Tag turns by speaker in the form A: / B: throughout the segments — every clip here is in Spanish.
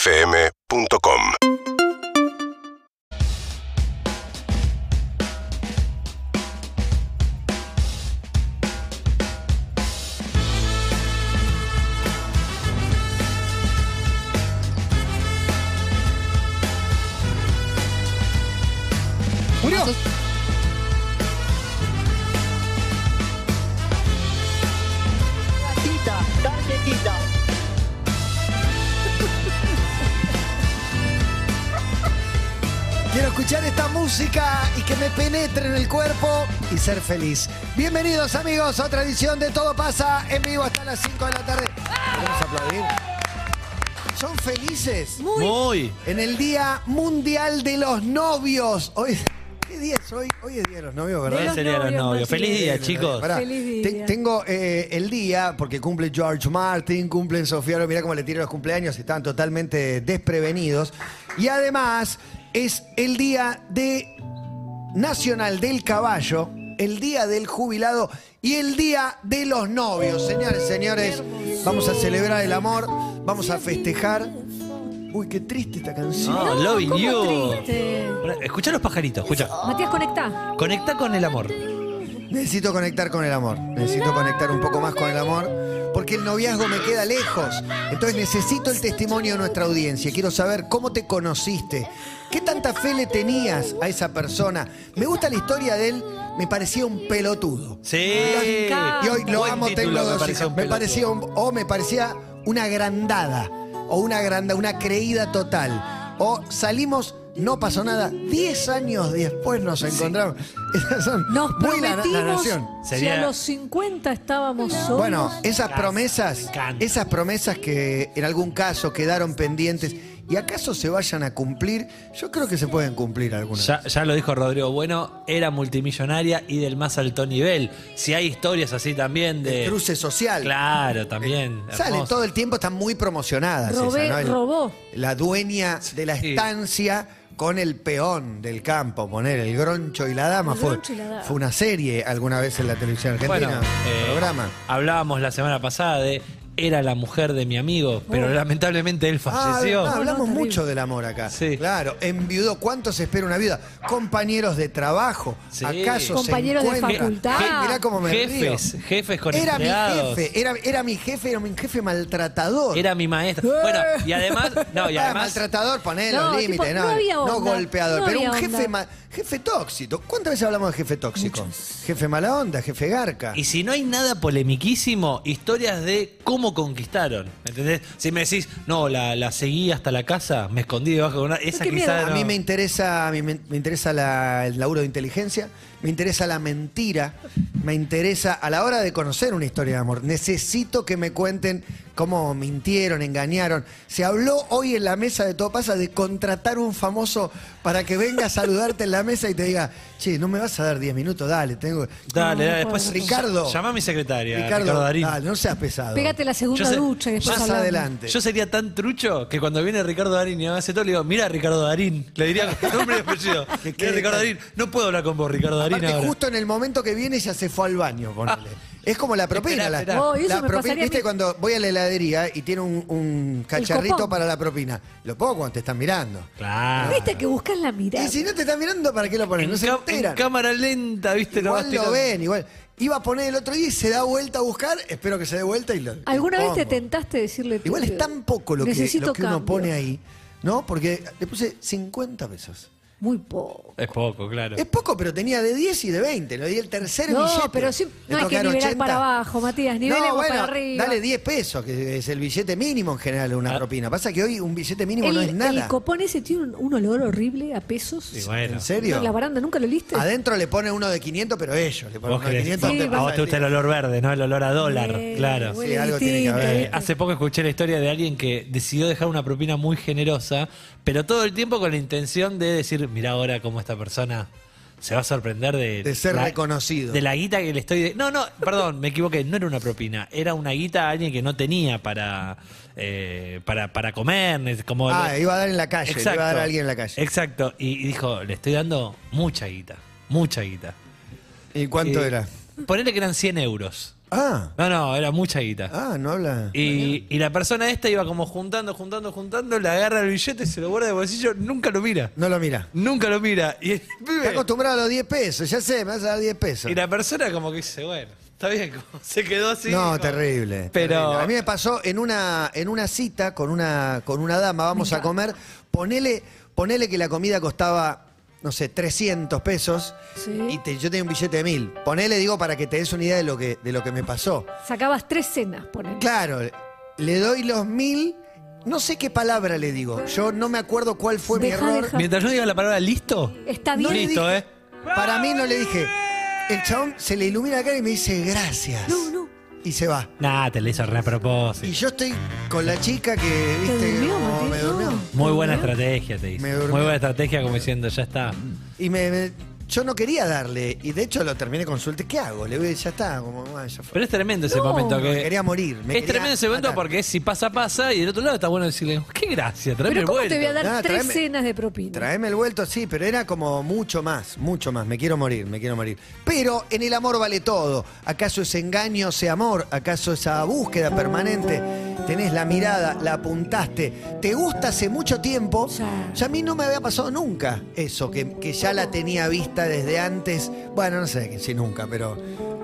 A: UrbanaPlayFM.com
B: ¡Murió!
C: Tarjetita, tarjetita.
B: Quiero escuchar esta música y que me penetre en el cuerpo y ser feliz. Bienvenidos amigos a otra edición de Todo pasa en vivo hasta las 5 de la tarde. Vamos a aplaudir. ¿Son felices?
D: Muy.
B: En el Día Mundial de los Novios. Hoy, ¿Qué día es hoy? Hoy es Día de los Novios, ¿verdad?
D: Feliz
E: los
D: día de los
E: novios,
D: novios.
E: Maxi.
D: Feliz día, chicos.
B: Pará,
E: Feliz
B: te-
E: día.
B: tengo eh, el día, porque cumple George Martin, cumplen Sofía, mira cómo le tiran los cumpleaños, están totalmente desprevenidos. Y además es el día de Nacional del Caballo, el día del jubilado y el día de los novios. Señores, señores, vamos a celebrar el amor, vamos a festejar. Uy, qué triste esta canción.
D: No,
E: No,
D: loving
E: ¿cómo
D: you.
E: triste?
D: Escucha los pajaritos, escucha.
E: Matías, conectá.
D: Conecta con el amor.
B: Necesito conectar con el amor. Necesito conectar un poco más con el amor. Porque el noviazgo me queda lejos. Entonces necesito el testimonio de nuestra audiencia. Quiero saber cómo te conociste. ¿Qué tanta fe le tenías a esa persona? Me gusta la historia de él. Me parecía un pelotudo.
D: Sí.
E: encanta.
B: Y hoy lo
D: Buen
B: amo,
D: título,
B: tengo dos
D: pareció
B: hijas.
D: un
B: Me
D: pelotudo.
B: parecía un- o me parecía una agrandada. O una agranda, una creída total. O salimos, no pasó nada. Diez años después nos encontramos. Esas son
E: Nos
B: muy la- la
E: prometimos
B: nación.
D: Sería-
E: que a los 50 estábamos solos.
B: Bueno, eh, esas promesas,
D: encanta.
B: esas promesas que en algún caso quedaron pendientes y acaso se vayan a cumplir, yo creo que se pueden cumplir algunas.
D: Ya, ya lo dijo Rodrigo Bueno, era multimillonaria y del más alto nivel. Si hay historias así también de.
B: El cruce social.
D: eh, Claro, también.
B: Salen
D: hermoso.
B: Eh, todo el tiempo, están muy promocionadas.
E: Robé-
B: esas, El-
E: robó.
B: La dueña de la
D: Sí.
B: estancia con el peón del campo, poner el groncho y la dama.
E: El
B: Fue,
E: Groncho y la Dama.
B: fue una serie alguna vez en la televisión
D: Bueno,
B: argentina,
D: eh,
B: un programa.
D: Hablábamos la semana pasada de. Era la mujer de mi amigo, pero lamentablemente él
B: Ah,
D: falleció.
B: ah, hablamos
E: No, no,
B: mucho del amor acá.
D: Sí.
B: Claro, enviudó. ¿Cuánto se espera una viuda? Compañeros de trabajo.
D: Sí.
B: ¿Acaso
E: Compañeros
B: se
E: de
B: encuentran?
E: facultad.
B: Ay, mirá cómo me
D: jefes,
B: río.
D: jefes con
B: Era
D: empleados.
B: mi jefe, era, era mi jefe, era mi jefe maltratador.
D: Era mi maestra. Bueno, y además. No, y
B: Ah,
D: además.
B: maltratador, poné
E: No,
B: los
E: tipo,
B: límites, no,
E: no había
B: no
E: onda,
B: golpeador,
E: no
B: pero un
E: había
B: jefe
E: onda.
B: ma- jefe tóxico. ¿Cuántas veces hablamos de jefe tóxico? Jefe mala onda, jefe garca.
D: Y si no hay nada polemiquísimo, historias de cómo conquistaron. ¿Entendés? Si me decís, no, la, la seguí hasta la casa, me escondí debajo de una. Esa
E: qué
D: quizás.
B: A mí me interesa, a mí me, me interesa la- el laburo de inteligencia, me interesa la mentira, me interesa a la hora de conocer una historia de amor. Necesito que me cuenten cómo mintieron, engañaron. Se habló hoy en la mesa de Todo Pasa de contratar un famoso para que venga a saludarte en la mesa y te diga, che, no me vas a dar 10 minutos, dale, tengo...
D: Dale, dale,
E: No,
D: después.
B: Ricardo.
D: Llamá a mi secretaria, Ricardo,
B: Ricardo,
D: Darín.
B: dale, no seas pesado.
E: Pégate la segunda
D: Yo sé-
E: ducha y después
B: Más
E: hablamos.
B: adelante.
D: Yo sería tan trucho que cuando viene Ricardo Darín y me hace todo, le digo, mira Ricardo Darín. Le diría nombre y apellido.
B: Que
D: Mira
B: quede
D: Ricardo
B: tal.
D: Darín. No puedo hablar con vos, Ricardo Darín.
B: Aparte,
D: ahora. Ah.
B: justo en el momento que viene ya se fue al baño, ponele. Es como la propina.
D: Esperá,
B: la-
D: esperá.
E: Oh, y eso
B: la
E: me
B: propina,
E: pasaría a
B: viste,
E: mí.
B: cuando voy a la heladería y tiene un, un cacharrito
E: copón.
B: para la propina. Lo pongo cuando te están mirando.
D: Claro.
E: Viste que buscas la mirada.
B: Y si no te están mirando, ¿para qué lo pones?
D: En,
B: No se
D: ca-
B: enteran.
D: en cámara lenta, viste, No
B: Igual lo ven, igual. Iba a poner el otro día y se da vuelta a buscar. Espero que se dé vuelta y lo.
E: ¿Alguna
B: lo
E: vez te
B: pongo.
E: tentaste decirle tú
B: Igual
E: que
B: es tan poco lo que,
E: necesito
B: lo que uno
E: cambio?
B: pone ahí, ¿no? Porque le puse 50 pesos.
E: Muy poco.
D: Es poco, claro.
B: Es poco, pero tenía de 10 y de 20. Le di el tercer
E: No,
B: billete.
E: pero sí-
B: Le
E: no hay que
B: tocaron
E: nivelar para abajo, Matías, nivelemos para arriba.
B: Dale 10 pesos, que es el billete mínimo en general de una
D: Ah.
B: propina. Pasa que hoy un billete mínimo
E: el,
B: no es
E: el
B: nada.
E: copón ese tiene un, un olor horrible a pesos.
D: Sí, bueno.
B: ¿En serio?
E: ¿En la baranda nunca lo liste?
B: Adentro le ponen uno de 500, pero ellos le ponen
D: Vos
B: uno
D: Ah,
B: de
D: querés-
B: 500.
E: Sí,
B: te
D: a
B: pasa
D: vos te gusta el
B: tiro.
D: olor verde, ¿no? El olor a dólar,
E: Eh,
D: claro.
E: huele
B: Sí, algo tiene que haber.
D: Eh,
E: ¿viste?
D: hace poco escuché la historia de alguien que decidió dejar una propina muy generosa, pero todo el tiempo con la intención de decir, mira ahora cómo esta persona se va a sorprender de,
B: De ser reconocido.
D: De la guita que le estoy... de- no, no, perdón, me equivoqué, no era una propina, era una guita a alguien que no tenía para, eh, para, para comer, es como...
B: Ah, iba a dar en la calle, le iba a dar a alguien en la calle.
D: Exacto, y, y dijo, le estoy dando mucha guita, mucha guita.
B: ¿Y cuánto
D: Eh,
B: era?
D: Ponele que eran 100 euros.
B: Ah,
D: No, no, era mucha guita.
B: ah, no habla.
D: Y, y la persona esta iba como juntando, juntando, juntando, le agarra el billete, se lo guarda de bolsillo, nunca lo mira.
B: No lo mira.
D: Nunca lo mira. Y el
B: Está
D: pibe-
B: acostumbrado a los 10 pesos, ya sé, me vas a dar 10 pesos.
D: y la persona como que dice, bueno, está bien, como se quedó así.
B: no,
D: como-
B: terrible.
D: Pero-
B: terrible. A mí me pasó en una, en una cita con una, con una dama, vamos a comer, ponele, ponele que la comida costaba, no sé, 300 pesos
E: Sí.
B: y te- yo tenía un billete de mil. Ponele, digo, para que te des una idea de lo que, de lo que me pasó.
E: Sacabas tres cenas, ponen.
B: Claro, le doy los mil, no sé qué palabra le digo. Yo no me acuerdo cuál fue
E: Deja,
B: mi error.
E: deja.
D: Mientras no diga la palabra listo,
E: Está bien.
B: le
D: listo,
B: dije-
D: ¿eh?
B: Para mí no le dije. El chabón se le ilumina la cara y me dice gracias.
E: No, no.
B: Y se va.
D: Nah, te le hizo re a
B: Y
D: propósito.
B: yo estoy con la chica que,
E: Te
B: viste,
E: durmió,
B: como
E: Mateo.
B: me durmió.
D: Muy buena estrategia, te hizo.
B: Me
D: Muy
B: durmió.
D: buena estrategia como diciendo, ya está.
B: Y me, me- yo no quería darle. Y de hecho lo terminé con suerte. ¿Qué hago? Le voy, ya está, como, ah, ya fue.
D: Pero es tremendo ese
E: No.
D: momento
B: Me
D: que...
B: quería morir. me
D: es
B: quería
D: tremendo ese momento
B: matar.
D: porque es si pasa, pasa, y del otro lado está bueno decirle, "Oh, qué gracia, tráeme
E: Pero
D: el
E: ¿cómo
D: vuelto.
E: te voy a dar
B: No,
E: tres
B: tráeme-
E: cenas de propina?
B: Traeme el vuelto, sí, pero era como mucho más, mucho más. Me quiero morir, me quiero morir. Pero en el amor vale todo. ¿Acaso ese engaño ese amor? ¿Acaso esa búsqueda permanente? Tenés la mirada, la apuntaste. Te gusta hace mucho tiempo.
E: Sí.
B: Ya a mí no me había pasado nunca eso, que, que ya la tenía vista desde antes. Bueno, no sé que si nunca, pero,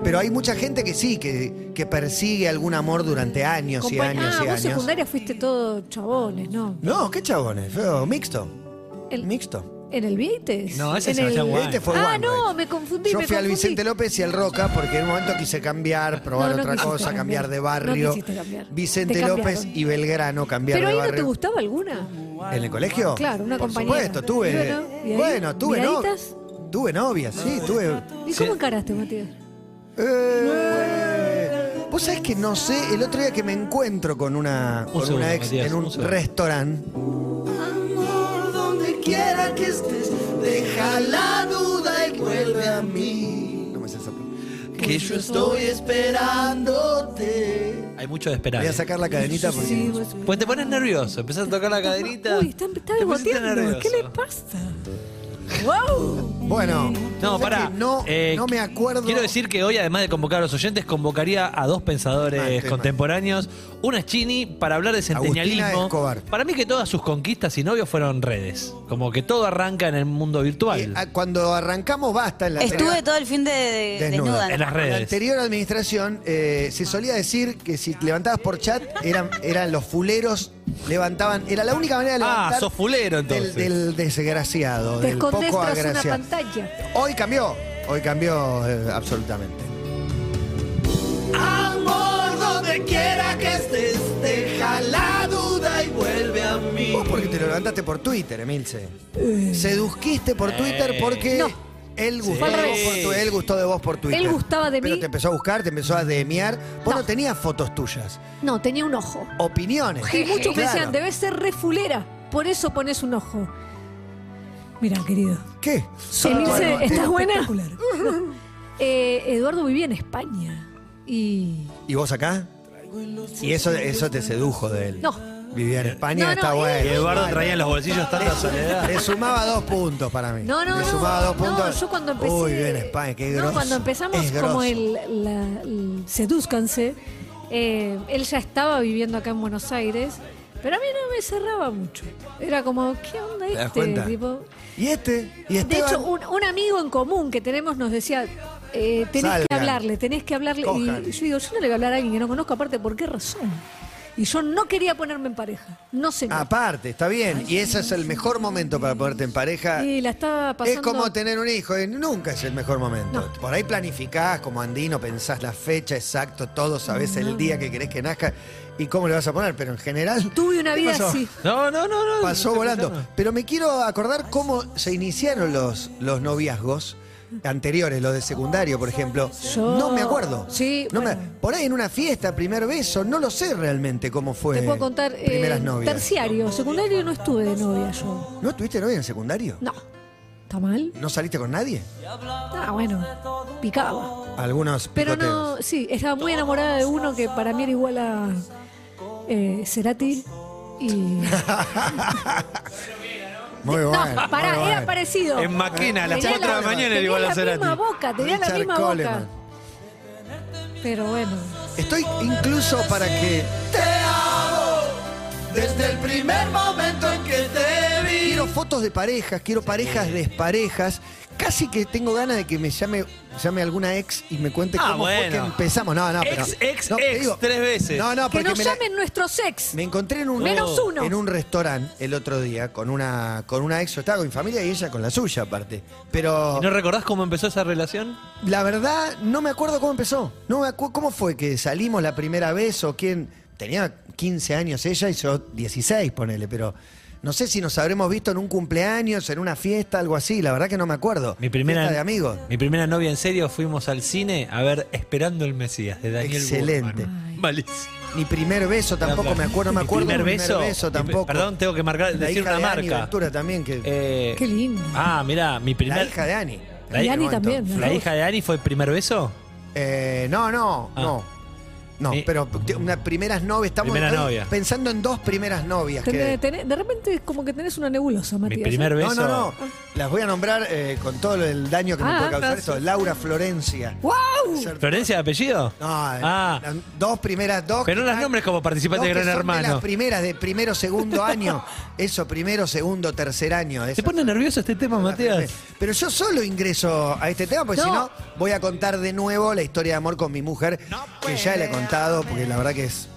B: pero hay mucha gente que sí, que, que persigue algún amor durante años y
E: Compañ-
B: años
E: ah,
B: y
E: vos
B: años.
E: secundaria fuiste todo chabones, ¿no?
B: No, qué chabones, feo, mixto.
E: El-
B: Mixto.
E: ¿En el Vieites?
D: No, ese
E: En
D: se
E: el-
D: hacía guay.
B: Este fue
E: Ah,
B: Juan,
E: no,
B: Rey.
E: me confundí,
B: Yo
E: me
B: fui al
E: confundí.
B: Vicente López y al Roca porque en un momento quise cambiar, probar
E: No, no
B: otra
E: quisiste
B: cosa, cambiar de
E: cambiar. No
B: barrio.
E: quisiste cambiar.
B: Vicente
E: Te
B: López
E: cambiaron.
B: y Belgrano cambiar
E: ¿Pero
B: de
E: ahí no
B: barrio.
E: te gustaba alguna?
B: ¿En el colegio?
E: Claro, una
B: Por
E: compañera.
B: supuesto, tuve.
E: Bueno, ¿y ahí?
B: bueno, tuve novias.
E: ¿Miraditas?
B: Tuve novias, sí, tuve.
E: ¿Y
D: Sí.
E: cómo encaraste, Matías?
B: Eh, Vos sabés que no sé, el otro día que me encuentro con una, con
D: segundo,
B: una ex
D: Matías,
B: en un,
D: un segundo.
B: restaurante. Amor, donde quiera que estés, deja la duda y vuelve a mí. No me sé soplar. Que yo estoy esperándote.
D: Hay mucho de esperar.
B: Voy a
D: ¿eh?
B: sacar la cadenita porque.
D: Pues te pones nervioso, empezás a tocar la caderita.
E: Uy, está, está
D: te pusiste
E: degoteando. ¿Qué
D: nervioso.
E: le pasa? ¡Wow!
B: Bueno,
D: No,
B: ¿sabés
D: pará.
B: que No,
D: Eh,
B: no me acuerdo.
D: Quiero decir que hoy, además de convocar a los oyentes, convocaría a dos pensadores
B: Ah, estoy
D: contemporáneos. Una es Chini, para hablar de centenialismo.
B: Escobar.
D: Para mí que todas sus conquistas y novios fueron redes. Como que todo arranca en el mundo
B: Eh,
D: virtual.
B: ah, cuando arrancamos basta en la
C: Estuve todo el fin de, de-
B: Desnuda.
C: desnuda.
D: en las
B: En la
D: redes.
B: anterior administración eh, se solía decir que si levantabas por chat eran, eran los fuleros, levantaban, era la única manera de
D: Ah,
B: levantar
D: sos fulero
B: del,
D: entonces.
B: del desgraciado,
E: Te
B: del
E: escondés
B: poco
E: tras una
B: agraciado.
E: pantalla.
B: Hoy cambió, hoy cambió eh, absolutamente. Amor, donde quiera que estés, deja la duda y vuelve a mí. Vos porque te lo levantaste por Twitter, Emilce. Seduzquiste por Twitter porque
E: Eh. No.
B: él,
D: Sí.
B: gustó de vos por tu- él gustó de vos por Twitter.
E: Él gustaba de
B: Pero
E: mí.
B: te empezó a buscar, te empezó a DMear. Vos no,
E: No.
B: tenías fotos tuyas,
E: No, tenía un ojo.
B: opiniones.
E: Y muchos me
B: Claro.
E: decían, debes ser refulera. Por eso pones un ojo. Mira, querido.
B: ¿Qué?
E: Emilce,
B: Bueno,
E: ¿estás buena? Eh, Eduardo vivía en España. Y.
B: ¿Y vos acá? Y eso, eso te sedujo de él.
E: No.
B: Vivía en España,
E: No, no,
B: está bueno.
D: Y Eduardo traía en los bolsillos tanta soledad.
B: Le sumaba dos puntos para mí.
E: No, no,
B: Le
E: no.
B: sumaba dos
E: no,
B: puntos.
E: yo cuando empecé.
B: Uy, bien, España, qué grosso.
E: No, cuando empezamos
B: Es grosso.
E: como el, la, el Sedúzcanse, eh, él ya estaba viviendo acá en Buenos Aires, pero a mí no me cerraba mucho. Era como, ¿qué onda
B: das
E: este?
B: cuenta?
E: Tipo,
B: ¿Y este? ¿Y
E: de
B: Esteban?
E: hecho, un, un amigo en común que tenemos nos decía. eh, tenés
B: Salgan.
E: que hablarle, tenés que hablarle.
B: Cojan.
E: Y yo digo, yo no le voy a hablar a alguien que no conozco, aparte, ¿por qué razón? Y yo no quería ponerme en pareja. No sé.
B: Ah, Aparte, está bien. Y ese es el mejor momento para ponerte en pareja.
E: y la estaba pasando.
B: Es como tener un hijo, y nunca es el mejor momento.
E: No.
B: Por ahí planificás como andino, pensás la fecha exacto, todo, sabés el día que querés que nazca y cómo le vas a poner, pero en general.
E: Tuve una
B: ¿qué
E: vida
B: pasó?
E: así.
D: No, no, no, no.
B: Pasó
D: Te
B: volando.
D: contaron.
B: Pero me quiero acordar cómo se iniciaron los, los noviazgos anteriores, los de secundario, por ejemplo.
E: Yo-
B: No me acuerdo.
E: Sí,
B: No me-
E: bueno.
B: por ahí en una fiesta, primer beso, no lo sé realmente cómo fue.
E: Te puedo contar eh,
B: Primeras novias.
E: terciario, secundario no estuve de novia yo.
B: ¿No tuviste novia en secundario?
E: No. ¿Está mal?
B: ¿No saliste con nadie?
E: Ah, bueno, picaba.
B: Algunos
E: Pero
B: picoteos.
E: no, sí, estaba muy enamorada de uno que para mí era igual a eh, Cerati y
B: Muy
E: No,
B: bueno.
E: pará,
B: muy
E: era
B: bueno.
E: parecido.
D: En Maquena, a las
E: Tenía
D: 4 de la mañana era
E: tenía
D: igual a
E: la
D: Cerati.
E: misma boca, tenía la
B: Richard
E: misma
B: Coleman.
E: boca. Pero bueno,
B: Estoy incluso para que. Te amo desde el primer momento en que te vi. Quiero fotos de parejas, quiero parejas desparejas. Casi que tengo ganas de que me llame, llame alguna ex y me cuente
D: Ah,
B: cómo fue
D: bueno.
B: que empezamos. No, no, pero.
D: Ex, ex,
B: no, te
D: ex, tres veces.
B: No, no,
E: que
B: porque
E: nos
B: me la-
E: llamen nuestros ex.
B: me encontré en un,
E: Menos uno.
B: en un restaurante el otro día con una, con una ex. Yo estaba con mi familia y ella con la suya, aparte. Pero.
D: ¿Y ¿No recordás cómo empezó esa relación?
B: La verdad, no me acuerdo cómo empezó. No me acuerdo cómo fue que salimos la primera vez o quién. Tenía 15 años ella y yo 16, ponele, pero no sé si nos habremos visto en un cumpleaños, en una fiesta, algo así. La verdad que no me acuerdo.
D: Mi primera,
B: Fiesta de amigos.
D: Mi primera novia en serio fuimos al cine a ver Esperando el Mesías de Daniel
B: Excelente.
D: Burman. Malísimo.
B: Mi primer beso tampoco me acuerdo, no me
D: Mi
B: acuerdo.
D: primer
B: mi
D: beso, mi pri-
B: tampoco.
D: perdón, tengo que marcar-
B: la
D: decir
B: hija
D: una
B: de Ani
D: marca.
B: Ventura también, que.
D: Eh,
E: Qué lindo.
D: ah, mirá, mi
B: la
D: primer.
B: hija de Ani.
D: La
E: y
D: hija-
E: Ani
B: momento.
E: también. ¿no?
D: ¿La hija de Ani fue el primer beso?
B: Eh, no, no,
D: Ah.
B: no. No,
D: Eh.
B: pero te- unas primeras novias. Estamos
D: Primera
B: estamos
D: novia.
B: pensando en dos primeras novias.
E: Ten-
B: que-
E: tenés- de repente es como que tenés una nebulosa, Matías.
D: Mi primer
E: ¿eh?
D: beso.
B: No, no, no. Las voy a nombrar eh, con todo el daño que me
E: Ah,
B: puede causar
E: gracias.
B: esto. Laura Florencia.
E: ¡Wow!
B: Ser-
D: ¿Florencia de apellido?
B: No, eh,
D: ah,
B: las dos primeras, dos. que
D: Pero no las
B: están-
D: nombres como participantes
B: dos
D: de
B: que
D: Gran
B: son de
D: Hermano.
B: las primeras, de primero, segundo año. Eso, primero, segundo, tercer año.
D: ¿Te
B: esas
D: pone nervioso este tema,
B: son las
D: Matías?
B: primeras. Pero yo solo ingreso a este tema, porque
E: No.
B: si no, voy a contar de nuevo la historia de amor con mi mujer, que ya le he contado, porque la verdad que es.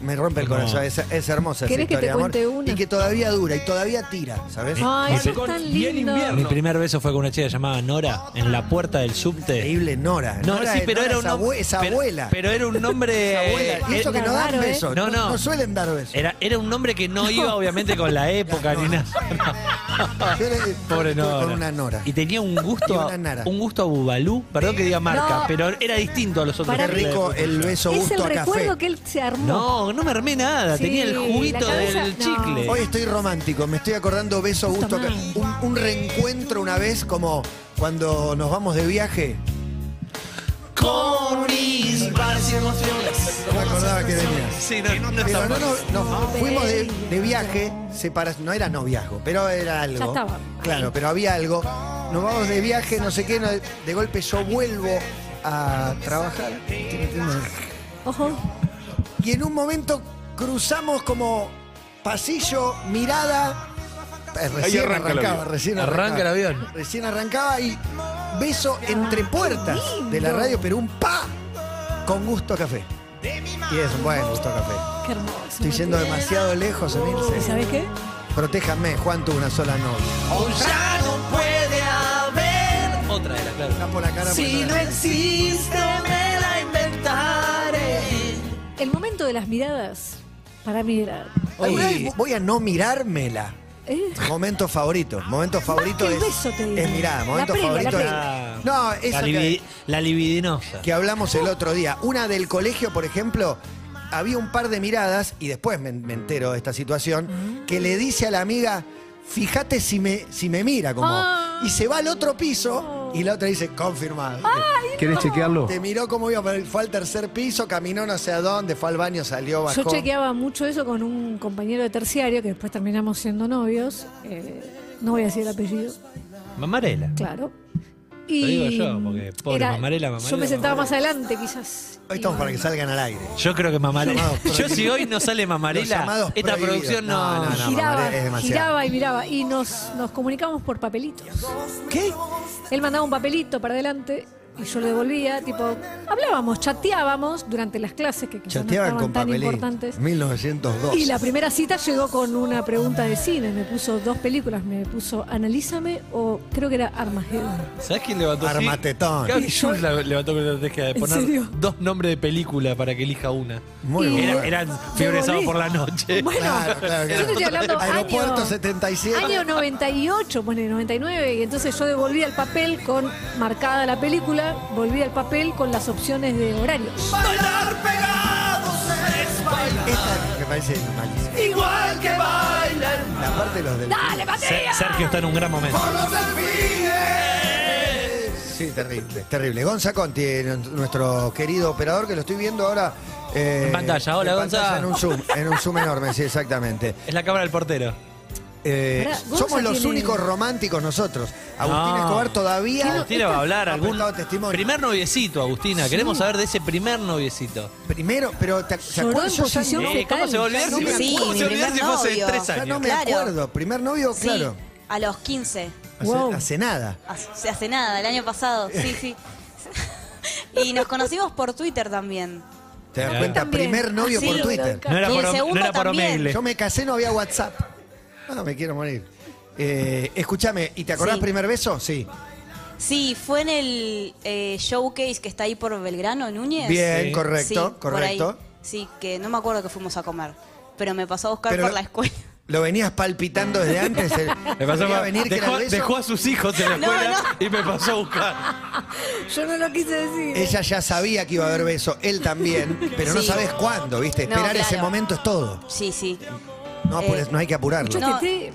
B: Me rompe el
D: No.
B: corazón, es, es hermosa esa
E: ¿Querés que
B: historia
E: te
B: de amor.
E: cuente una?
B: Y que todavía dura y todavía tira, ¿sabes?
E: Ay,
D: Mi-
E: eso es tan
C: y el
E: lindo.
C: invierno.
D: Mi primer beso fue con una chica llamada Nora en la puerta del subte.
B: Increíble Nora.
D: No,
B: Nora
D: sí,
B: es-
D: pero
B: Nora
D: era
B: es
D: un
B: abue-
D: nombre.
B: es
D: pero-
B: abuela.
D: Pero, era un
B: Es
D: nombre.
B: abuela. Y
D: eh,
B: eso que no dan
E: raro, ¿eh?
B: besos.
D: No,
B: No,
D: no.
B: no suelen dar besos.
D: era, era un nombre que no iba, obviamente, con la época ni nada.
B: Yo le-
D: Pobre
B: estuve
D: Nora.
B: Con una Nora.
D: Y tenía un
B: Y
D: gusto,
B: una
D: a-
B: nara.
D: un gusto a Bubalú, perdón que diga marca,
E: No.
D: pero era distinto a los otros.
E: Para
B: Qué
E: mí-
B: rico eh. el beso
E: Es el
B: gusto a
E: recuerdo
B: café.
E: que él se armó.
D: No, no me armé nada,
E: Sí,
D: tenía el
E: la
D: juguito
E: cabeza-
D: del
E: no.
D: chicle.
B: Hoy estoy romántico, me estoy acordando beso gusto a café. Un, un reencuentro una vez como cuando nos vamos de viaje.
D: Con mis
B: No me acordaba que venía.
D: Sí, no, no
B: Pero no,
D: está mal.
B: no, nos fuimos de, de viaje, separa- no era noviazgo, pero era algo.
E: Ya estaba.
B: Claro, pero había algo. Nos vamos de viaje, no sé qué, no- de golpe yo vuelvo a trabajar.
E: Ojo.
B: Y en un momento cruzamos como pasillo, mirada. Eh, Recién
C: arranca el
B: arrancaba,
C: avión.
B: recién
D: Arranca
B: arrancaba.
D: el avión.
B: Recién arrancaba y beso entre puertas
E: lindo.
B: de la radio, pero un pa con gusto a café. Y es un buen gusto a café.
E: Qué hermoso.
B: Estoy yendo demasiado lejos,
E: ¿Y
B: Emilce.
E: sabes qué?
B: Protéjanme, Juan tuvo una sola novia.
D: Ya no puede haber otra era, claro.
B: Está por la cara. por la cara.
D: existe, me la inventaré.
E: El momento de las miradas para mí era.
B: Alguna vez voy a no mirármela.
E: ¿eh?
B: Momento favorito. Momento favorito
E: que el
B: es.
E: beso, te digo.
B: es mirada.
E: La
B: Momento
E: previa, la
B: favorito
E: previa.
B: es. No, eso
D: la,
B: que-
D: libi- la libidinosa.
B: que hablamos el otro día. Una del colegio, por ejemplo, había un par de miradas, y después me, me entero de esta situación, que le dice a la amiga, fíjate si me, si me mira, como...
E: Ah.
B: Y se va al otro piso, y la otra dice, confirmado.
C: ¿Querés chequearlo?
B: Te miró como iba, pero fue al tercer piso, caminó no sé a dónde, fue al baño, salió, bajó.
E: Yo chequeaba mucho eso con un compañero de terciario que después terminamos siendo novios. eh, no voy a decir el apellido,
D: Mamarela.
E: claro.
D: Lo digo yo, porque pobre Mamarela,
E: Yo me
D: Mamarela,
E: sentaba
D: Mamarela.
E: más adelante, quizás.
B: Hoy estamos para que salgan al aire.
D: Yo creo que Mamarela.
B: Llamados
D: Yo
B: prohibidos.
D: si hoy no sale
B: Los llamados
D: Mamarela, esta
B: prohibidos.
D: producción no.
B: No, no, no.
E: giraba,
B: Mamarela es demasiado.
E: giraba y miraba. Y nos, nos comunicábamos por papelitos.
B: ¿Qué?
E: Él mandaba un papelito para adelante y yo le devolvía, tipo, hablábamos, chateábamos durante las clases que quizás
B: Chateaban
E: no
B: con
E: estaban tan
B: papelito.
E: importantes.
B: 1902.
E: Y la primera cita llegó con una pregunta de cine, me puso dos películas, me puso Analízame o creo que era Armageddon.
D: ¿Sabes quién levantó así?
B: Armatetón.
D: Gaby Schultz la- levantó con la estrategia de
E: ¿En
D: poner
E: serio?
D: dos nombres de película para que elija una.
B: Muy
E: Y-
B: bueno.
D: Era- eran fiebre de sábado por la noche.
E: Bueno,
B: Claro, claro,
E: yo
B: claro.
E: te estoy hablando
B: Aeropuerto
E: año,
B: 77.
E: año 98, pone 99, y entonces yo devolví el papel con marcada la película, volví al papel con las opciones de horario.
B: Esta me parece malísima.
D: Igual que bailan.
B: La parte de los del.
E: ¡Dale, Matías!
D: Sergio está en un gran momento.
B: Sí, terrible, terrible. Gonza Conti, n- nuestro querido operador, que lo estoy viendo ahora. eh,
D: En pantalla. Hola,
B: en
D: Gonza.
B: pantalla En un zoom, en un zoom enorme, sí, exactamente.
D: Es la cámara del portero.
B: eh,
E: Pará, Gonza
B: somos los
E: tiene-
B: únicos románticos nosotros. Agustín
D: No.
B: Escobar todavía.
D: Agustina va a hablar.
B: ha
D: Algún
B: prestado testimonio.
D: primer noviecito, Agustina. Queremos saber de ese primer noviecito.
B: Primero, pero ¿te, ac- ¿se
E: Lloró
B: acuerdan?
E: en
B: Yo ya
E: posición
B: ni-
E: fetal.
D: Eh, ¿Cómo se va a olvidar
B: no
D: si-
B: me
C: Sí,
D: cómo
C: mi
D: se va a olvidar
C: primer
D: si fue hace
C: novio.
D: tres
B: ya
D: años?
B: no me
C: Claro.
B: acuerdo. Primer novio,
C: Sí,
B: claro.
C: a los 15.
B: Hace,
E: Wow.
B: hace nada.
C: Hace, hace nada, el año pasado. Sí, sí. y nos conocimos por Twitter también.
B: ¿Te das
D: Claro.
B: cuenta?
E: También.
B: Primer novio
C: Sí,
B: por
C: pero
B: Twitter.
E: acá-
D: No era
C: Y el
D: por, no
C: segundo
D: era por
C: también.
D: Omegle.
B: Yo me casé, no había WhatsApp. Ah, me quiero morir. Eh, escúchame, ¿y te acordás
C: Sí.
B: primer beso? Sí.
C: Sí, fue en el eh, showcase que está ahí por Belgrano, Núñez.
B: Bien,
D: Sí.
B: correcto,
C: Sí, por ahí.
B: correcto.
C: Sí, que no me acuerdo que fuimos a comer, pero me pasó a buscar
B: Pero-
C: por la escuela.
B: Lo venías palpitando desde antes. el-
D: Me pasó
B: venía a
D: pa-
B: venir que era
D: dejó,
B: el beso.
D: dejó a sus hijos en la
C: No,
D: escuela y me pasó a buscar.
E: Yo no lo quise decir.
B: Ella ya sabía que iba a haber beso, él también, pero no
C: Sí.
B: sabes cuándo, ¿viste?
C: No,
B: Esperar
C: claro.
B: ese momento es todo.
C: Sí, sí.
B: No, apures-
C: Eh,
B: no hay que apurarlo.
E: Escuchá
C: no.
E: este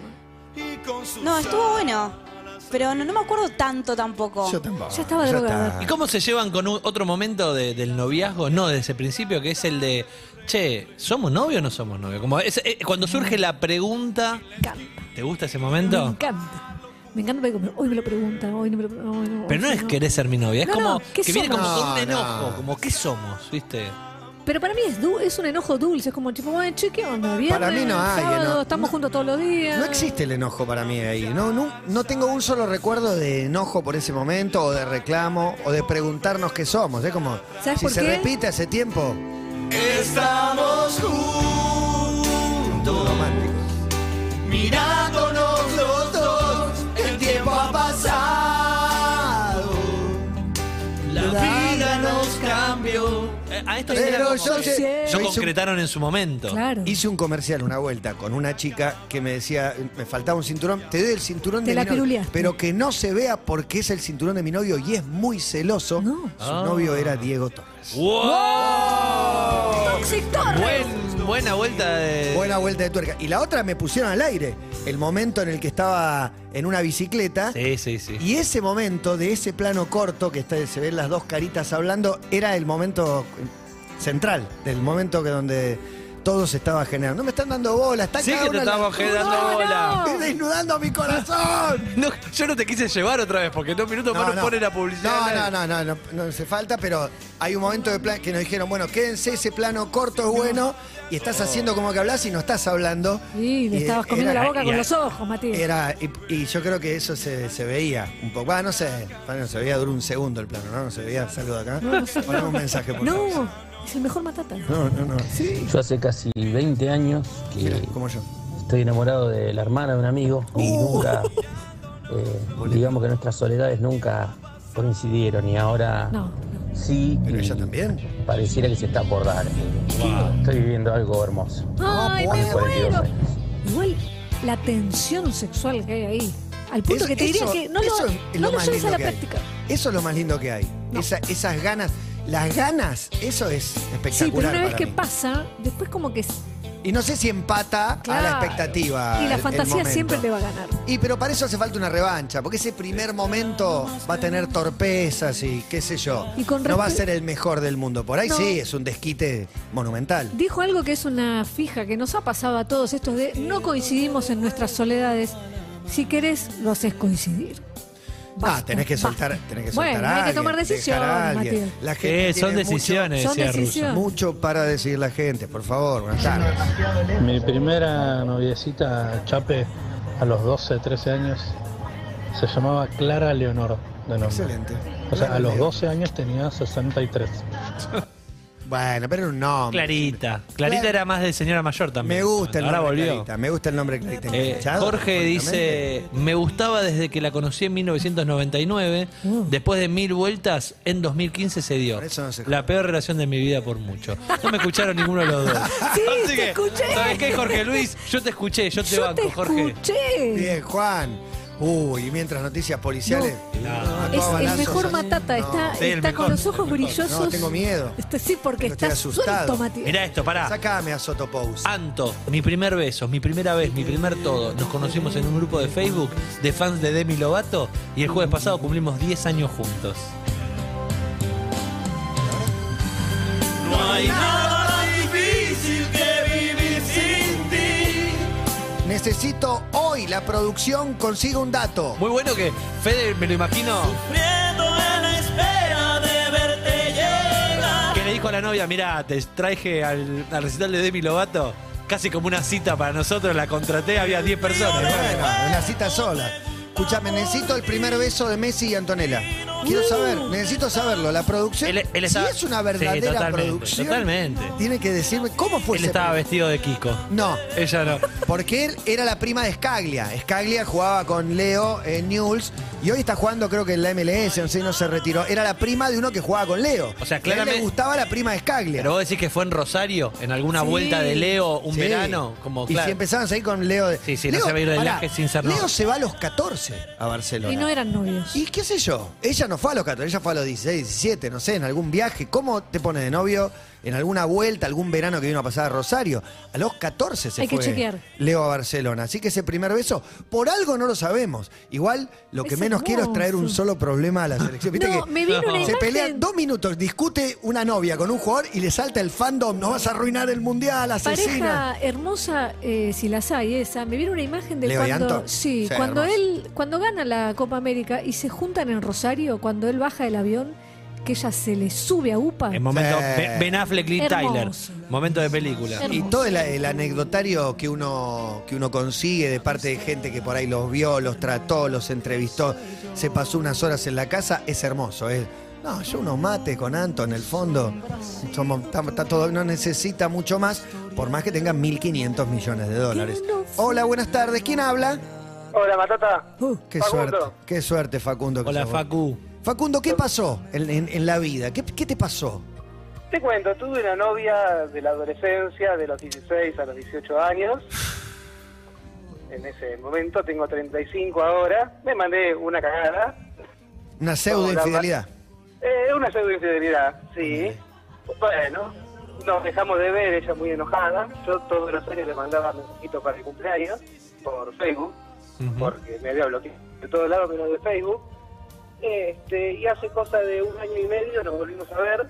E: tema.
C: No, estuvo bueno, pero no, no me acuerdo tanto tampoco.
B: tampoco.
E: Ya estaba drogada.
D: ¿Y cómo se llevan con un- otro momento de- del noviazgo? No, desde el principio, que es el de, che, ¿somos novio o no somos novio? Como es- eh, cuando surge la pregunta, ¿te gusta ese
E: Me
D: momento?
E: encanta. Me encanta porque como, hoy me lo preguntan, hoy no me lo preguntan. hoy
D: Pero no
E: hoy
D: es querer ser mi novia, es
E: No,
D: como
E: no,
D: que
E: ¿qué
D: viene como
B: somos?
D: con un
B: No,
D: enojo,
B: no.
D: como ¿qué somos? ¿Viste?
E: Pero para mí es, du- es un enojo dulce, es como tipo, bueno, che, ¿qué onda? Viernes,
B: Para mí no hay
E: sábado,
B: eno-
E: estamos
B: no-
E: juntos todos los días.
B: No existe el enojo para mí ahí. No, no, no tengo un solo recuerdo de enojo por ese momento, o de reclamo, o de preguntarnos qué somos. Es como,
E: ¿Sabes
B: si
E: por
B: se
E: qué?
B: repite hace tiempo. Estamos juntos. Mirándonos los dos, el tiempo ha pasado.
D: La
B: vida nos
D: cambió. Eh, A esto
B: Pero yo sé- yo hice un-
D: no concretaron en su momento.
E: Claro.
B: Hice un comercial una vuelta con una chica que me decía, me faltaba un cinturón, te doy el cinturón
E: Te
B: de
E: la
B: mi novio,
E: piruleaste.
B: pero que no se vea porque es el cinturón de mi novio y es muy celoso.
E: No.
B: Su
D: Ah.
B: novio era Diego Torres.
D: ¡Wow!
E: Toxic Torres.
D: Buen- buena vuelta de.
B: Buena vuelta de tuerca. Y la otra me pusieron al aire, el momento en el que estaba en una bicicleta.
D: Sí, sí, sí.
B: Y ese momento, de ese plano corto que está- se ven las dos caritas hablando, era el momento central, del momento que donde todo se estaba generando. No me están dando bola, está
D: Sí
B: cada
D: que
B: uno
D: te
B: en la-
D: estamos quedando
E: No, no.
D: bola.
B: Estoy desnudando mi corazón.
D: No, yo no te quise llevar otra vez porque en dos minutos no, pone la
B: No,
D: publicidad.
B: no, no, no, no, no hace falta, pero hay un momento de plan que nos dijeron, bueno, quédense, ese plano corto es bueno, y estás haciendo como que hablas y no estás hablando.
E: Y le estabas
B: eh,
E: comiendo
B: era-
E: la boca
D: era-
E: con los ojos, Matías.
B: Era, y, y yo creo que eso se, se veía un poco. Ah, no sé, bueno, se veía, duró un segundo el plano, ¿no? No se veía, salgo de acá.
E: No, no sé.
B: Ponemos un mensaje, por favor.
E: No, es el mejor matata.
B: No, no, no. Sí.
F: Yo hace casi 20 años que
B: Mira, como yo.
F: estoy enamorado de la hermana de un amigo y
B: Uh.
F: nunca, eh, digamos que nuestras soledades nunca coincidieron y ahora
E: No, no.
F: sí,
B: Pero
F: y
B: ella también.
F: pareciera que se está por dar. eh. Estoy viviendo algo hermoso.
E: Ay, me
F: Tengo 42
E: muero.
F: años.
E: Igual la tensión sexual que hay ahí. Al punto
B: Eso-
E: que te diría
B: eso-
E: que no
B: eso
E: lo,
B: es
E: no lo
B: más
E: lleves a
B: lindo
E: la
B: que hay.
E: práctica.
B: Eso es lo más lindo que hay.
E: No.
B: Esa- esas ganas. Las ganas, eso es espectacular.
E: Sí, pero una vez
B: para
E: que
B: mí.
E: pasa, después como que...
B: Y no sé si empata a la
E: Claro.
B: expectativa.
E: Y la
B: Ah, el- el
E: fantasía
B: momento.
E: siempre te va a ganar.
B: Y pero para eso hace falta una revancha, porque ese primer momento va a tener torpezas y qué sé yo.
E: Y con
B: no va a
E: respe-
B: ser el mejor del mundo. Por ahí
E: No.
B: sí, es un desquite monumental.
E: Dijo algo que es una fija que nos ha pasado a todos estos de no coincidimos en nuestras soledades. Si querés, lo haces coincidir.
B: Ah,
E: Basta,
B: tenés que soltar,
E: basta.
B: tenés que
E: Bueno,
B: soltar a
E: hay que
B: alguien,
E: tomar
B: dejar a
E: decisiones,
B: alguien.
E: Matías.
B: La gente
D: Eh, son
B: tiene mucho-
D: decisiones,
E: son
D: decía Russo.
E: decisiones.
B: Mucho, para decidir la gente, por favor. Buenas tardes.
G: Mi primera noviecita, Chape, a los 12, 13 años, se llamaba Clara Leonor de nombre.
B: Excelente.
G: O sea, a los
B: Leonor.
G: 12 años tenía 63.
B: Bueno, pero era un nombre.
D: Clarita. Clarita
B: Cla-
D: era más de señora mayor también.
B: Me gusta el
D: Ahora
B: nombre
D: volvió.
B: Clarita, me gusta el nombre Clarita.
D: Eh,
B: Enganchado,
D: Jorge
B: completamente.
D: dice, me gustaba desde que la conocí en 1999, después de mil vueltas, en 2015 se dio.
B: Por eso no se
D: la peor relación de mi vida por mucho. No me escucharon ninguno de los dos.
E: Sí,
D: Así
E: te
D: que,
E: escuché.
D: ¿Sabes qué, Jorge Luis? Yo te escuché, yo te
E: Yo
D: banco,
E: te
D: Jorge.
E: escuché.
B: Bien, Juan. Uy, y mientras noticias policiales. No, a
E: Es
B: todo
E: el
B: balazo,
E: mejor
B: así.
E: matata. Está,
D: Sí, el
E: está
D: mejor,
E: con los ojos
D: el mejor.
E: brillosos.
B: No, tengo miedo.
E: Está- sí, porque
B: Tengo- estoy
E: está
B: asustado.
E: suelto, Matías.
D: Mirá esto, pará.
B: Sácame a Sotopous.
D: Anto, mi primer beso, mi primera vez, mi primer todo. Nos conocimos en un grupo de Facebook de fans de Demi Lovato y el jueves pasado cumplimos 10 años juntos.
B: Necesito, Necesito hoy la producción consiga un dato.
D: Muy bueno que Fede, me lo imagino, que le dijo a la novia, mira, te traje al, al recital de Demi Lovato, casi como una cita para nosotros, la contraté, había 10 personas.
B: Bueno, una cita sola. Escuchame, necesito el primer beso de Messi y Antonella. Quiero saber, necesito saberlo. La producción,
D: Uh. Él- él
B: si
D: estaba-
B: es una
D: Sí,
B: verdadera
D: totalmente,
B: producción,
D: totalmente.
B: tiene que decirme cómo fue
D: Él
B: ese
D: estaba
B: primer-
D: vestido de Kiko.
B: No,
D: Ella no.
B: porque él era la prima de Scaglia. Scaglia jugaba con Leo en Newell's y hoy está jugando creo que en la MLS, no sé, no se retiró. Era la prima de uno que jugaba con Leo.
D: O
B: Y a
D: sea,
B: él le
D: claramente-
B: gustaba la prima de Scaglia.
D: Pero vos decís que fue en Rosario, en alguna vuelta de Leo, un
B: Sí.
D: verano, como
B: Y si
D: claro.
B: empezaban a salir con Leo... de-
D: Sí, sí, no
B: Leo,
D: se va a ir de
B: pará,
D: viaje sin ser
B: Leo
D: novio.
B: se va a los 14 a Barcelona.
E: Y no eran novios.
B: Y qué sé yo, ella no fue a los 14, ella fue a los 16, 17, no sé, en algún viaje. ¿Cómo te pone de novio en alguna vuelta, algún verano que vino a pasar a Rosario? A los 14 se
E: Hay que
B: fue
E: chequear.
B: Leo a Barcelona. Así que ese primer beso, por algo no lo sabemos. Igual, lo que
E: Es
B: menos quiero es traer un
E: hermoso.
B: solo problema a la selección. Viste
E: No,
B: que
E: me vino una
B: se
E: imagen.
B: pelean dos minutos, discute una novia con un jugador y le salta el fandom, no vas a arruinar el mundial, asesina.
E: Pareja hermosa, eh, si las hay, esa. Me viene una imagen de
B: Leo y
E: cuando.
B: Anto.
E: Sí,
B: Sí,
E: cuando
B: hermoso.
E: él, cuando gana la Copa América y se juntan en Rosario, cuando él baja del avión, que ella se le sube a UPA. Uh,
D: En momento,
B: Sí.
D: Ben- Ben Affleck, Lee Tyler.
E: Hermoso.
D: Momento de película.
E: Hermoso.
B: Y todo el, el anecdotario que uno, que uno consigue de parte de gente que por ahí los vio, los trató, los entrevistó, se pasó unas horas en la casa, es hermoso. Es, no, yo unos mates con Anto en el fondo. Somos, está, está todo, no necesita mucho más, por más que tengan 1.500 millones de dólares. Hola, buenas tardes. ¿Quién habla?
H: Hola, Matata.
B: Uh, qué
H: Facundo.
B: suerte. Qué suerte, Facundo. que
D: Hola,
B: sos vos.
D: Facu.
B: Facundo, ¿qué pasó en, en- en la vida? ¿Qué, qué te pasó?
H: Te cuento, tuve una novia de la adolescencia, de los 16 a los 18 años. En ese momento tengo 35 ahora. Me mandé una cagada.
B: Una pseudo
H: Hola,
B: infidelidad.
H: Eh, una pseudo infidelidad, sí. Bueno, nos dejamos de ver, ella muy enojada. Yo todos los años le mandaba mensajitos para el cumpleaños por Facebook, porque me había bloqueado de todos lados menos de Facebook. Este, y hace cosa de un año y medio nos volvimos a ver,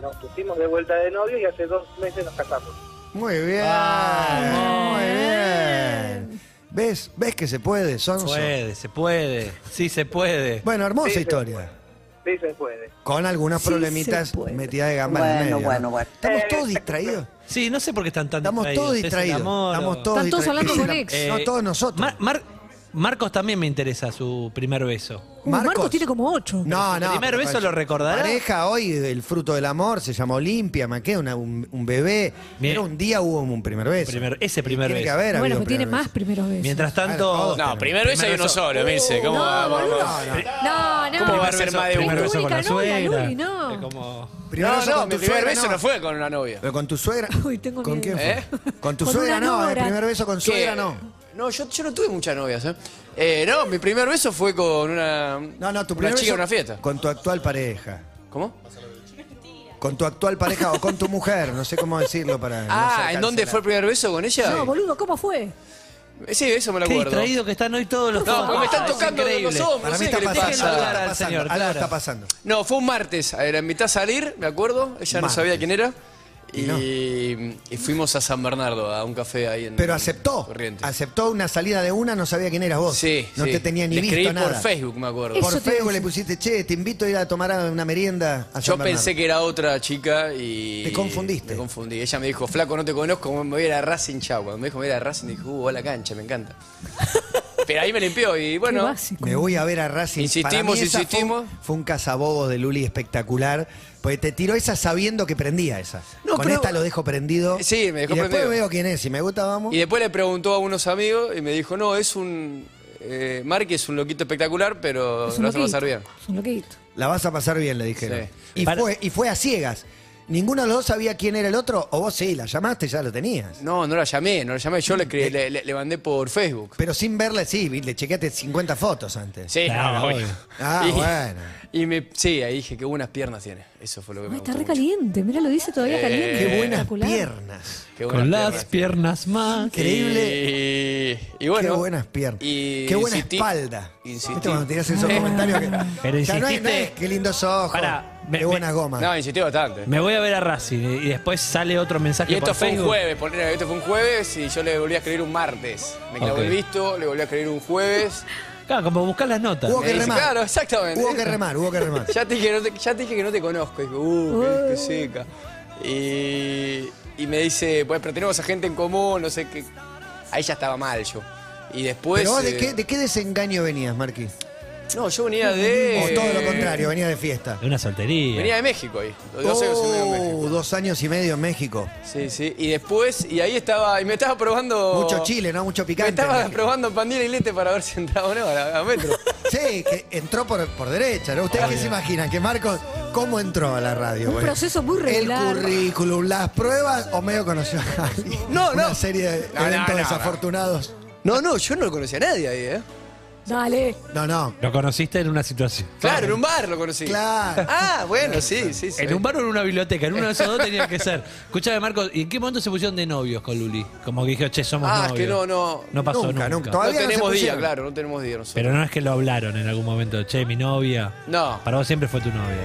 H: nos pusimos de vuelta de novio y hace dos meses nos casamos.
B: Muy bien.
D: Vamos.
B: Muy bien. ¿Ves? ¿Ves que se puede, Sonso?
D: Puede, se puede. Sí, se puede.
B: Bueno, hermosa
H: Sí, se
B: historia.
H: Sí se puede.
B: Con algunos
E: Sí,
B: problemitas
E: se puede.
B: metidas de gamba en el
I: Bueno,
B: medio.
I: bueno, bueno.
B: Estamos
H: Eh,
B: todos distraídos.
D: Sí, no sé por qué están tan
B: Estamos
D: distraídos.
B: todos
D: ¿Es el
B: distraídos.
D: amor o-
B: Estamos todos
E: Están todos
B: distra-
E: hablando
B: es
E: con
B: la-
E: ex.
D: Eh,
B: No, todos nosotros.
D: Mar- Mar- Marcos también me interesa su primer beso.
E: Uh, Marcos. tiene como ocho.
B: No,
D: Su
B: no.
D: primer
B: pero
D: beso
B: parece-
D: lo recordará.
B: Pareja hoy, el fruto del amor, se llama Olimpia, Maqué, una- un, un bebé.
D: Bien.
B: Pero un día hubo un primer beso.
D: Primer- ese primer
B: Tiene que
D: beso.
B: haber
E: bueno,
B: habido
E: pero
B: un
E: tiene
B: primer
E: más
B: beso.
E: primeros besos.
D: Mientras
B: Claro,
D: tanto.
B: todos
J: No, primero ese hay uno solo, Mirce. ¿Cómo va?
E: boludo.
B: No, no.
E: No, no.
J: ¿Cómo va a ser más Ah, de
E: Es tu
J: uno?
D: primer beso con
E: única
D: la
E: novia,
D: suegra.
E: Luli, no.
D: Es como-
B: Primer
J: No,
B: beso
J: no,
B: con
J: mi
B: tu
J: primer
B: suegra,
J: beso no fue con una novia.
B: Pero con tu suegra.
E: Uy, tengo
B: ¿Con
E: miedo.
B: quién fue?
J: ¿Eh?
B: Con tu
E: Con
B: suegra
E: una
B: no, el
E: nora.
B: primer beso con suegra
J: ¿Qué?
B: no.
J: No, yo, yo no tuve muchas novias, ¿eh? Eh, No, mi primer beso fue con una.
B: No, no, tu
J: una
B: primer
J: chica
B: beso
J: en una fiesta.
B: Con tu actual pareja.
J: ¿Cómo?
B: Con tu actual pareja o con tu mujer, no sé cómo decirlo para. no
J: Ah,
B: acercársela.
J: ¿en dónde fue el primer beso con ella?
E: No, boludo, ¿cómo fue?
J: Sí, eso me lo
D: Qué
J: acuerdo.
D: distraído que están hoy todos los
J: No, porque me están
D: Ah, es
J: tocando de los
D: increíble.
J: hombros.
B: Para mí
J: no sé
B: está
J: qué le
B: pasando,
D: Déjenlo
J: pasa.
B: algo
D: hablar
B: está
D: al
B: pasando,
D: señor,
B: algo
D: claro.
B: está pasando.
J: No, fue un martes, eh, la invité a salir, me acuerdo, ella no
B: Martes.
J: sabía quién era.
B: Y
J: Y,
B: no.
J: y fuimos a San Bernardo, a un café ahí en
B: Pero aceptó.
J: Corrientes.
B: Aceptó una salida de una, no sabía quién eras vos.
J: Sí,
B: No
J: sí.
B: te tenía ni
J: Le
B: visto
J: escribí
B: nada.
J: por Facebook, me acuerdo.
E: Eso
B: Por
E: te
B: Facebook
E: dice.
B: le pusiste, che, te invito a ir a tomar a una merienda a
J: Yo pensé que era otra chica y...
B: Te confundiste.
J: Me confundí. Ella me dijo, flaco, no te conozco, me voy a ir a Racing Chau. Cuando me dijo, me voy a ir a Racing, dije, uh, voy a la cancha, me encanta. Pero ahí me limpió y
E: Qué
J: bueno...
E: básico.
B: Me voy a ver a Racing.
J: Insistimos,
B: Para mí esa Fue
J: insistimos.
B: un, fue un cazabobos de Luli espectacular. Porque te tiró esa sabiendo que prendía esa.
J: No,
B: Con
J: pero-
B: esta lo dejo prendido.
J: Sí, me dejó
B: y después
J: prendido.
B: veo quién es. Si me gusta, vamos.
J: Y después le preguntó a unos amigos y me dijo, no, es un... Eh, Marky es un loquito espectacular, pero
E: Es un
J: lo vas a
E: loquito,
J: pasar bien.
E: Es un loquito.
B: La vas a pasar bien, le dijeron.
J: Sí.
B: Y,
D: Para-
B: fue, y fue a ciegas. Ninguno de los dos sabía quién era el otro, o vos sí, la llamaste, ya lo tenías.
J: No, no la llamé, no la llamé. Yo le, escribí- le, le- le mandé por Facebook.
B: Pero sin verla, sí, vi- le chequeaste 50 fotos antes.
J: Sí,
D: Claro,
J: no,
D: obvio.
B: Ah,
J: y,
B: bueno.
J: Y me, sí, ahí dije, qué buenas piernas tiene. Eso fue lo que
E: Ay,
J: me
E: está
J: gustó
E: re
J: mucho.
E: caliente. Mira, lo dice todavía
J: Eh,
E: caliente.
B: Qué buenas
E: Espectacular.
B: piernas.
J: Qué buenas
D: Con las piernas más.
B: Increíble.
J: Y, y bueno.
B: Qué buenas piernas.
J: y
B: Qué buena
J: insistí-
B: espalda.
J: insistí.
B: ¿Viste cuando tirás esos comentarios? Que,
D: Pero
B: Ya no hay- no
D: insististe-
B: es, qué lindos ojos.
D: Pará, me-
B: qué buenas
D: me-
B: gomas.
J: No, insistí bastante.
D: Me voy a ver a Racing eh, y y después sale otro mensaje
J: Y esto
D: por
J: fue un
D: Facebook.
J: jueves, poner, esto fue un jueves y yo le volví a escribir un martes. Me clavó
D: Ok.
J: el visto, le volví a escribir un jueves.
D: Claro, como buscar las notas. Eh,
B: Hubo
J: Me
B: que
J: dice,
B: remar.
J: claro, exactamente.
B: Hubo que remar, hubo que remar.
J: Ya te dije, no te, ya te dije que no te conozco. Y digo, uh, qué, qué seca. Y, y me dice, bueno, pero tenemos a gente en común, no sé qué. Ahí ya estaba mal yo. Y después.
B: Pero vos, ¿de
J: eh,
B: qué, de qué desengaño venías, Marquis?
J: No, yo venía de.
B: O todo lo contrario, venías de fiesta.
D: De una soltería.
J: Venía de México ahí. Los dos años en México.
B: Oh, dos años y medio en México.
J: Sí, sí. Y después, y ahí estaba, y me estaba probando.
B: Mucho chile, ¿no? Mucho
J: Me
B: picante.
J: Oh. estaba
B: México.
J: probando pandilla y lete para ver si entraba o no a, la- a metro.
B: Sí, que entró por, por derecha, ¿no? ¿Ustedes qué se imaginan? Que Marcos, ¿cómo entró a la radio?
E: Un proceso muy regular.
B: El currículum, las pruebas, o medio conoció a alguien.
J: No, no.
B: Una serie de
J: No, no,
B: eventos
J: no, no.
B: desafortunados.
J: No, no, yo no lo conocía a nadie ahí, ¿eh?
E: Dale.
B: No, no.
D: Lo conociste en una situación.
J: Claro, en un bar lo conocí.
B: Claro.
J: Ah, bueno, sí, sí, sí.
D: En un bar o en una biblioteca, en uno de esos dos tenía que ser. Escuchame, Marcos, ¿y en qué momento se pusieron de novios con Luli? Como que dijo, che, somos
J: Ah,
D: novios.
J: es que no, no.
D: No pasó
B: Nunca,
D: nunca.
B: nunca.
J: No
B: Todavía no se
J: tenemos día,
B: pusieron.
J: claro, no tenemos día nosotros.
D: Pero no es que lo hablaron en algún momento, che, mi novia.
J: No.
D: Para vos siempre fue tu novia.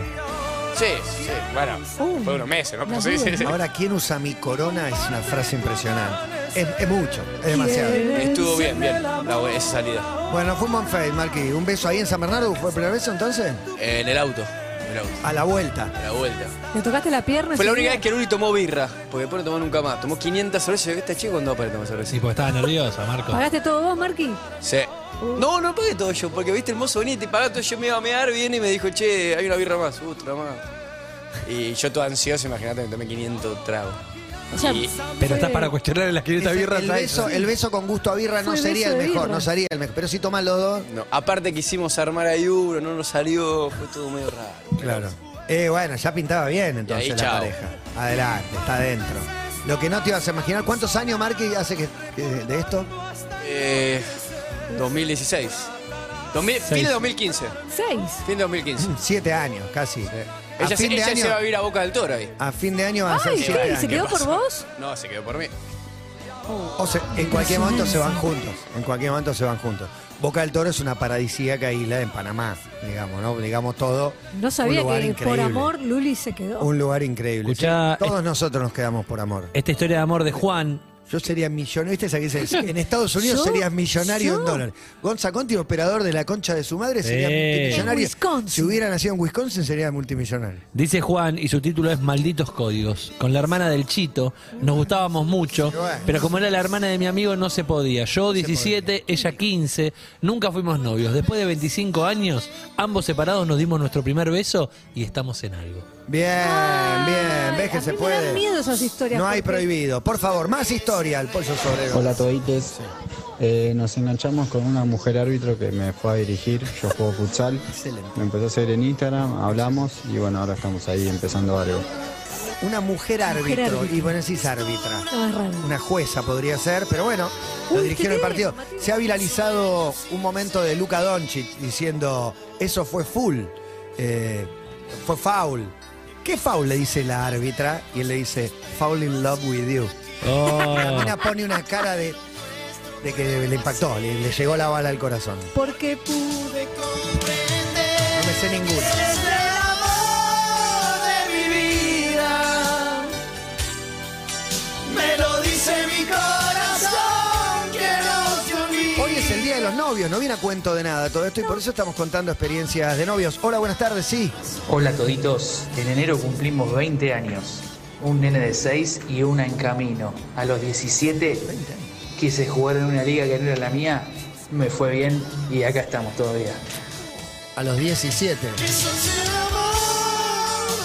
J: Sí, sí. Bueno, fue unos meses, ¿no? Pero Ah, pues sí, sí, sí.
B: Ahora, ¿quién usa mi corona? Es una frase impresionante. Es, es mucho, es demasiado.
J: Estuvo bien, bien. La bu- esa salida.
B: Bueno, fue un buen face, Marqui. ¿Un beso ahí en San Bernardo? ¿Fue el primer beso entonces?
J: Eh, En el auto. En el auto.
B: A la vuelta.
J: A la vuelta.
E: ¿Le tocaste la pierna?
J: Fue la
E: sí?
J: única vez que Luli tomó birra, porque después no tomó nunca más. Tomó 500 cervezas. y este yo, ¿Esta chica cuándo va a parar de tomar cerveza?
D: Sí, porque estaba nerviosa, Marcos.
E: ¿Pagaste todo vos, Marqui?
J: Sí. No, no pagué todo yo, porque viste el mozo venía y te pagaba todo. Yo me iba a mear, viene y me dijo, che, hay una birra más, otra más. Y yo todo ansioso, imagínate, me tomé 500 tragos.
E: Ya.
J: Y-
D: Pero estás para cuestionarle las 500
B: Ese-
D: birras.
B: el,
D: a ella.
B: beso, el beso con gusto a birra no
E: Fue el
B: sería
E: beso
B: el
E: de
B: mejor,
E: birra.
B: no sería el mejor. Pero si toman los dos,
J: No, aparte quisimos armar a Yuro, no nos salió, fue todo medio raro.
B: Claro. Eh, bueno, ya pintaba bien entonces
J: Y ahí,
B: la
J: chao.
B: pareja. Adelante, está adentro. Lo que no te ibas a imaginar, ¿cuántos años, Marqui, hace que, que- de esto?
J: Eh, 2016. 2000, fin de 2015.
E: Seis.
J: Fin de 2015.
B: Siete años, casi.
J: Ella,
B: A,
J: se,
B: fin de
J: ella
B: año,
J: se va a vivir a Boca del Toro ahí.
B: a fin de año van a ser
E: Ay,
B: siete
E: ¿qué?
B: años.
E: ¿Se quedó por vos?
J: No, se quedó por mí.
B: O sea, en cualquier momento se van juntos. En cualquier momento se van juntos. Boca del Toro es una paradisíaca isla en Panamá, digamos, ¿no? Digamos todo.
E: No
B: un
E: sabía que
B: lugar
E: por
B: increíble.
E: amor Luli se quedó.
B: Un lugar increíble.
D: Escuchá,
B: sí. Todos nosotros nos quedamos por amor.
D: Esta historia de amor de Juan,
B: Yo sería millonario, ¿viste? Esa que dice, en Estados Unidos
E: ¿Yo?
B: serías millonario en
E: ¿Yo?
B: dólares. Gonza Conti, operador de la concha de su madre, sería
D: Sí.
E: En
B: multimillonario.
E: Wisconsin.
B: Si hubiera nacido en Wisconsin, sería multimillonario.
D: Dice Juan, y su título es Malditos Códigos. Con la hermana del Chito, nos gustábamos mucho,
B: Bueno.
D: pero como era la hermana de mi amigo, no se podía. Yo 17, ella 15, nunca fuimos novios. Después de 25 años, ambos separados nos dimos nuestro primer beso y estamos en algo.
B: Bien, bien,
E: Ay,
B: ves que
E: a
B: se
E: mí me
B: puede.
E: dan miedo esas historias,
B: No hay
E: porque-
B: prohibido. Por favor, más historia al pollo sobre
I: Hola Todites. Eh, nos enganchamos con una mujer árbitro que me fue a dirigir. Yo juego futsal.
B: Excelente.
I: Me empezó a seguir en Instagram, hablamos y bueno, ahora estamos ahí empezando algo.
B: Una mujer
E: Mujer
B: árbitro,
E: árbitro.
B: y bueno, sí es árbitra.
E: No, es raro.
B: Una jueza podría ser, pero bueno, lo
E: Uy,
B: dirigieron el
E: ¿qué
B: partido.
E: es, Matías?
B: Se ha viralizado un momento de Luca Doncic diciendo, eso fue full, eh, fue foul. ¿Qué foul le dice la árbitra? Y él le dice, foul in love with you. La mina pone una cara de, de que le impactó, le, le llegó la bala al corazón.
E: Porque pude.
B: No me sé ninguna. Hoy es el día de los novios, no viene a cuento de nada todo esto y por eso estamos contando experiencias de novios. Hola, buenas tardes, sí.
K: Hola toditos, en enero cumplimos 20 años, un nene de 6 y una en camino. A los 17 quise jugar en una liga que no era la mía, me fue bien y acá estamos todavía.
B: A los 17.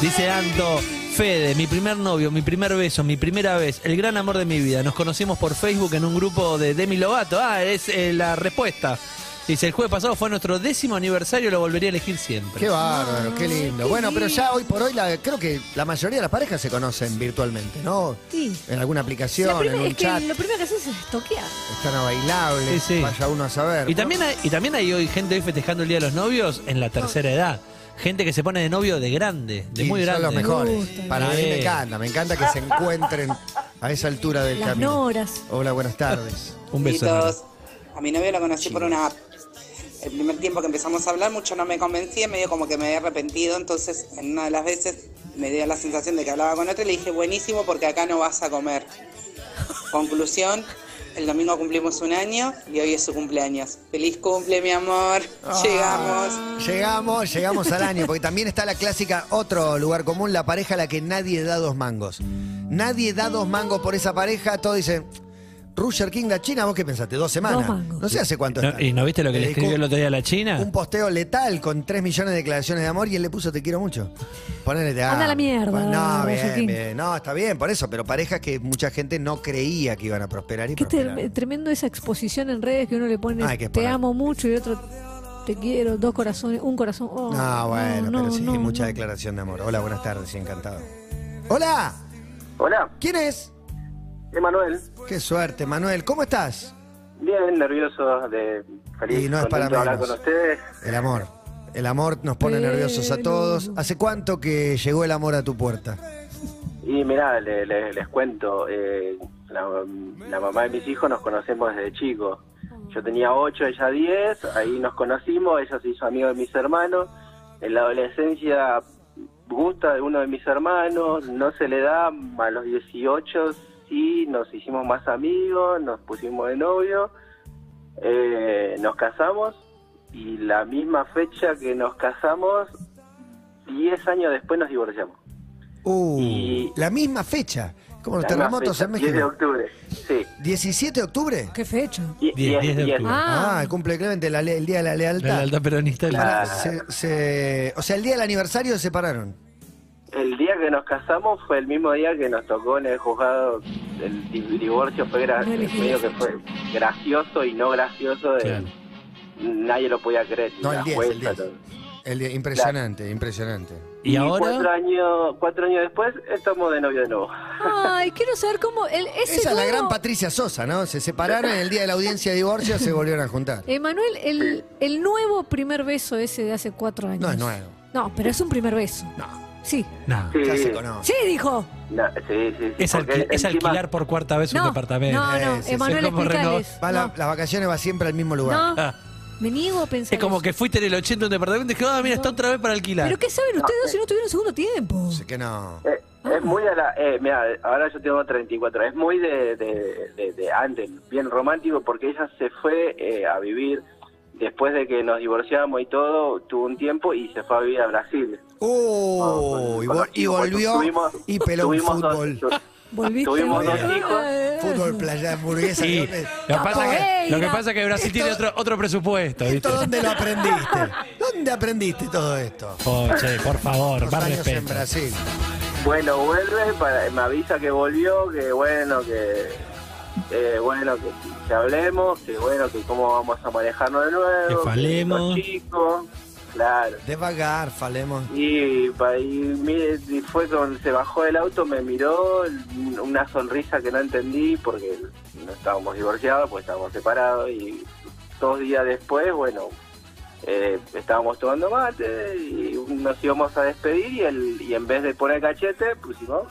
D: Dice Anto, Fede, mi primer novio, mi primer beso, mi primera vez, el gran amor de mi vida. Nos conocimos por Facebook en un grupo de Demi Lovato. Ah, es eh, la respuesta. Dice, el jueves pasado fue nuestro décimo aniversario, lo volvería a elegir siempre.
B: Qué bárbaro, qué lindo.
E: qué
B: Bueno, pero ya
E: lindo.
B: hoy por hoy la- creo que la mayoría de las parejas se conocen virtualmente, ¿no?
E: Sí.
B: En alguna
E: La
B: aplicación, en
E: primera-
B: un
E: es que
B: chat.
E: lo primero que haces es toquear.
B: Están a bailables,
D: Sí, sí.
B: vaya uno a saber.
D: Y
B: ¿no?
D: también, hay, y también hay hoy gente hoy festejando el Día de los Novios en la tercera edad. gente que se pone de novio de grande, de
B: Y
D: muy grande.
B: Son los mejores. Para mí me
D: Sí.
B: encanta, me encanta que se encuentren a esa altura del
L: Las
B: camino.
L: noras.
B: Hola, buenas tardes.
L: Amiguitos, A mi novio lo conocí por una app. El primer tiempo que empezamos a hablar, mucho no me convencía, medio como que me había arrepentido. Entonces, en una de las veces me dio la sensación de que hablaba con otro y le dije, buenísimo, porque acá no vas a comer. Conclusión, el domingo cumplimos un año y hoy es su cumpleaños. Feliz cumple, mi amor.
B: Ah.
L: Llegamos.
B: Llegamos, llegamos al año, porque también está la clásica, otro lugar común, la pareja a la que nadie da dos mangos. Nadie da dos mangos por esa pareja, todos dicen, Roger King la China, ¿vos qué pensaste? ¿Dos semanas? No sé hace cuánto
D: No,
B: está.
D: ¿Y no viste lo que le
B: Dedicó
D: escribió el otro día a la China?
B: Eh, Un posteo letal con 3 millones de declaraciones de amor y él le puso te quiero mucho. Ponele te amo.
E: Anda a la mierda,
B: Pon- No,
E: Roger
B: bien,
E: King.
B: bien. No, está bien, por eso, pero parejas que mucha gente no creía que iban a prosperar y
E: Qué
B: prosperaron.
E: ter- este tremendo esa exposición en redes que uno le pone
B: Ah, hay que
E: te
B: poner.
E: amo mucho y otro te quiero, dos corazones, un corazón. oh,
B: No, bueno,
E: no,
B: pero sí,
E: no,
B: mucha declaración de amor. Hola, buenas tardes, sí, encantado. Hola.
H: Hola.
B: ¿Quién es?
H: Emanuel.
B: Qué suerte, Manuel. ¿Cómo estás?
H: Bien, nervioso, de feliz
B: Y no es
H: contento
B: para
H: de hablar
B: menos.
H: con ustedes.
B: El amor. El amor nos pone nerviosos a todos. ¿Hace cuánto que llegó el amor a tu puerta?
H: Y mirá, le- le- les cuento, eh, la, la mamá de mis hijos nos conocemos desde chicos. Yo tenía 8, ella 10, ahí nos conocimos, ella se hizo amigo de mis hermanos. En la adolescencia gusta de uno de mis hermanos, no se le da, a los 18 sí nos hicimos más amigos, nos pusimos de novio, eh, nos casamos y la misma fecha que nos casamos, 10 años después nos divorciamos.
B: Uh, la misma fecha. Como los
H: La misma
B: terremotos
H: fecha,
B: en
H: 10 de
B: México.
H: octubre, sí.
B: ¿17 de octubre?
E: ¿Qué fecha?
H: Die-
D: Diez- diez de octubre.
B: Ah, el cumple de Clemente, la le- el día de la lealtad.
D: La lealtad peronista.
E: Ah.
B: Pará, se- se- o sea, el día del aniversario se separaron.
H: El día que nos casamos fue el mismo día que nos tocó en el juzgado. El di- divorcio fue gra-
E: No elegí
H: medio
E: la
H: que fue gracioso y no gracioso. de- Nadie lo podía creer. ni
B: No, el
H: la
B: 10,
H: jueza,
B: el 10.
H: todo.
B: El día- impresionante, impresionante.
H: Y Cuatro años, cuatro años después estamos de novio de nuevo.
E: Ay, quiero saber cómo. El, ese
B: Esa es la
E: dúo-
B: gran Patricia Sosa, ¿no? Se separaron en el día de la audiencia de divorcio, se volvieron a juntar.
E: Emanuel, el, el nuevo primer beso ese de hace cuatro años.
B: No es nuevo.
E: No, pero es un primer beso. Sí.
D: No.
B: Ya se conoce.
E: Sí, dijo.
H: No, sí, sí, sí,
D: Es,
H: porque
D: alqui- es
H: encima-
D: alquilar por cuarta vez
E: No,
D: un departamento.
E: no, no, Emanuel,
D: es como
E: explicales.
D: renovar-
B: Eh, Va la-
E: No.
B: las vacaciones va siempre al mismo lugar.
E: No, me niego a pensar.
D: Es como que fuiste en el 80 a un departamento y dijiste, ah, mira, está otra vez para alquilar.
E: ¿Pero qué saben ustedes dos si no tuvieron segundo tiempo?
B: Sé que no.
H: Eh,
B: Ah.
H: es muy a la. Eh, mira, ahora yo tengo 34. Es muy de, de, de- de antes, bien romántico, porque ella se fue eh, a vivir después de que nos divorciamos y todo. Tuvo un tiempo y se fue a vivir a Brasil.
B: Oh, y, vol- y volvió
H: Tuvimos-
B: y peló un
H: tuvimos dos-
B: fútbol.
E: Volviste.
H: Tuvimos dos
E: boludo.
H: hijos.
B: Fútbol, playa, hamburguesa.
D: Sí.
B: ¿dónde?
D: Lo, que pasa que, lo que
E: Capoeira.
D: pasa es que Brasil tiene otro, otro presupuesto. ¿viste?
B: ¿Esto dónde lo aprendiste? ¿Dónde aprendiste todo esto?
D: Oh, che, por favor,
B: Dos
D: más
B: años en
D: respeto.
B: Brasil.
H: Bueno, vuelve, para, me avisa que volvió, que bueno, que. eh, bueno, que, que hablemos, que bueno, que cómo vamos a manejarnos de nuevo.
D: Que falemos.
H: los chicos, claro.
B: Devagar, falemos.
H: Y, pa- y mire, y fue con, se bajó del auto, me miró, una sonrisa que no entendí porque no estábamos divorciados, pues estábamos separados y dos días después, bueno, eh, estábamos tomando mate y nos íbamos a despedir y, el, y en vez de poner cachete, pusimos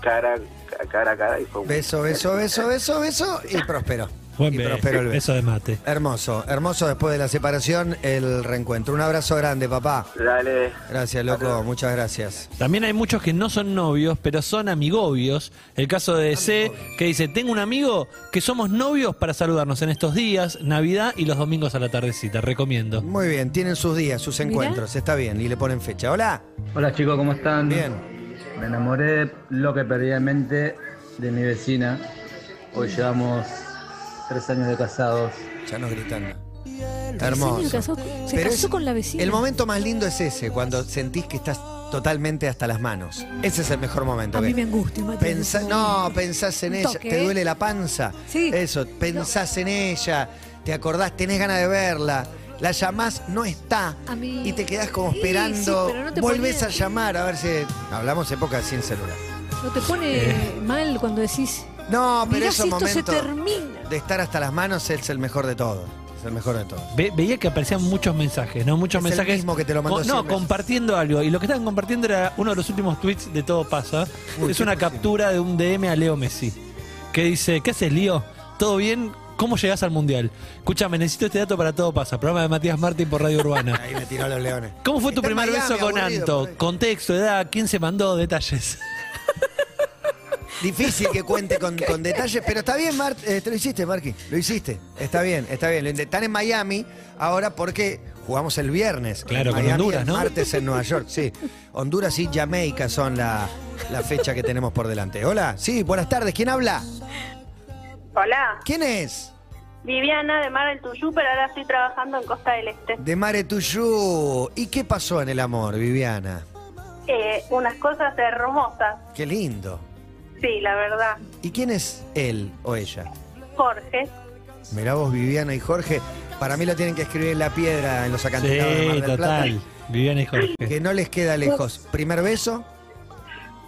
H: cara, ca- cara, a cara y fue un-
B: Beso, beso, beso, beso, beso y próspero.
D: Buen
B: Y
D: beso,
B: próspero el beso.
D: beso de mate.
B: Hermoso, hermoso después de la separación el reencuentro. Un abrazo grande, papá.
H: Dale.
B: Gracias, loco, muchas gracias.
D: También hay muchos que no son novios, pero son amigobios. El caso de C, que dice, tengo un amigo que somos novios para saludarnos en estos días, Navidad y los domingos a la tardecita. Recomiendo.
B: Muy bien, tienen sus días, sus
E: Mirá.
B: encuentros, está bien, y le ponen fecha. Hola.
I: Hola chicos, ¿cómo están?
B: Bien.
I: Me enamoré lo que perdidamente de mi vecina. Hoy llevamos tres años de casados.
B: Ya nos gritando.
E: Tres años
B: Hermoso.
E: casó- se
B: Pero
E: casó
B: es-
E: con la vecina.
B: El momento más lindo es ese, cuando sentís que estás totalmente hasta las manos. Ese es el mejor momento.
E: A mí
B: que-
E: me angustia, Mati.
B: Pensá- no, pensás en
E: Un
B: ella,
E: toque,
B: te
E: ¿eh?
B: duele la panza.
E: Sí.
B: Eso, pensás en ella, te acordás, tenés ganas de verla, la llamás, no está.
E: A mí-
B: Y te quedás como
E: Sí, sí,
B: esperando.
E: pero no te
B: Volvés
E: ponía-
B: a llamar a ver si. Hablamos época sin celular.
E: ¿No te pone
D: Eh.
E: mal cuando decís,
B: No, Ah, pero
E: mirá
B: esos
E: si esto se
B: momentos
E: termina?
B: de estar hasta las manos es el mejor de todos. el mejor de todos.
D: Ve- veía que aparecían muchos mensajes, ¿no? Muchos
B: Es el
D: mensajes.
B: mismo que te lo mandó
D: co-
B: cien
D: No,
B: veces.
D: compartiendo algo. Y lo que estaban compartiendo era uno de los últimos tweets de Todo Pasa. es una captura de un DM a Leo Messi. Que dice: ¿Qué haces, Lío? ¿Todo bien? ¿Cómo llegás al mundial? Escúchame, necesito este dato para Todo Pasa. Programa de Matías Martín por Radio Urbana.
B: Ahí me tiró los leones.
D: ¿Cómo fue tu
B: Está en
D: primer
B: Miami,
D: beso con
B: aburrido, por ahí.
D: Anto? Contexto, edad, quién se mandó, detalles.
B: Difícil que cuente con, con detalles, pero está bien, Mart, eh, te lo hiciste, Marqui, lo hiciste. Está bien, está bien. Lo int- Están en Miami ahora porque jugamos el viernes.
D: Claro,
B: En
D: con
B: Miami,
D: Honduras,
B: el
D: ¿no?
B: martes en Nueva York, sí. Honduras y Jamaica son la, la fecha que tenemos por delante. Hola, sí, buenas tardes. ¿Quién habla?
M: Hola,
B: ¿Quién es?
M: Viviana de Mar del Tuyú, pero ahora estoy trabajando en Costa del Este.
B: De Mare Tuyú. ¿Y qué pasó en el amor, Viviana?
M: Eh, unas cosas hermosas,
B: Qué lindo.
M: sí, la verdad.
B: ¿Y quién es él o ella?
M: Jorge,
B: Mirá vos, Viviana y Jorge. Para mí lo tienen que escribir en la piedra, en los acantilados de Mar
D: Sí,
B: del Plata.
D: total. Viviana y Jorge.
B: Que no les queda lejos. Primer beso,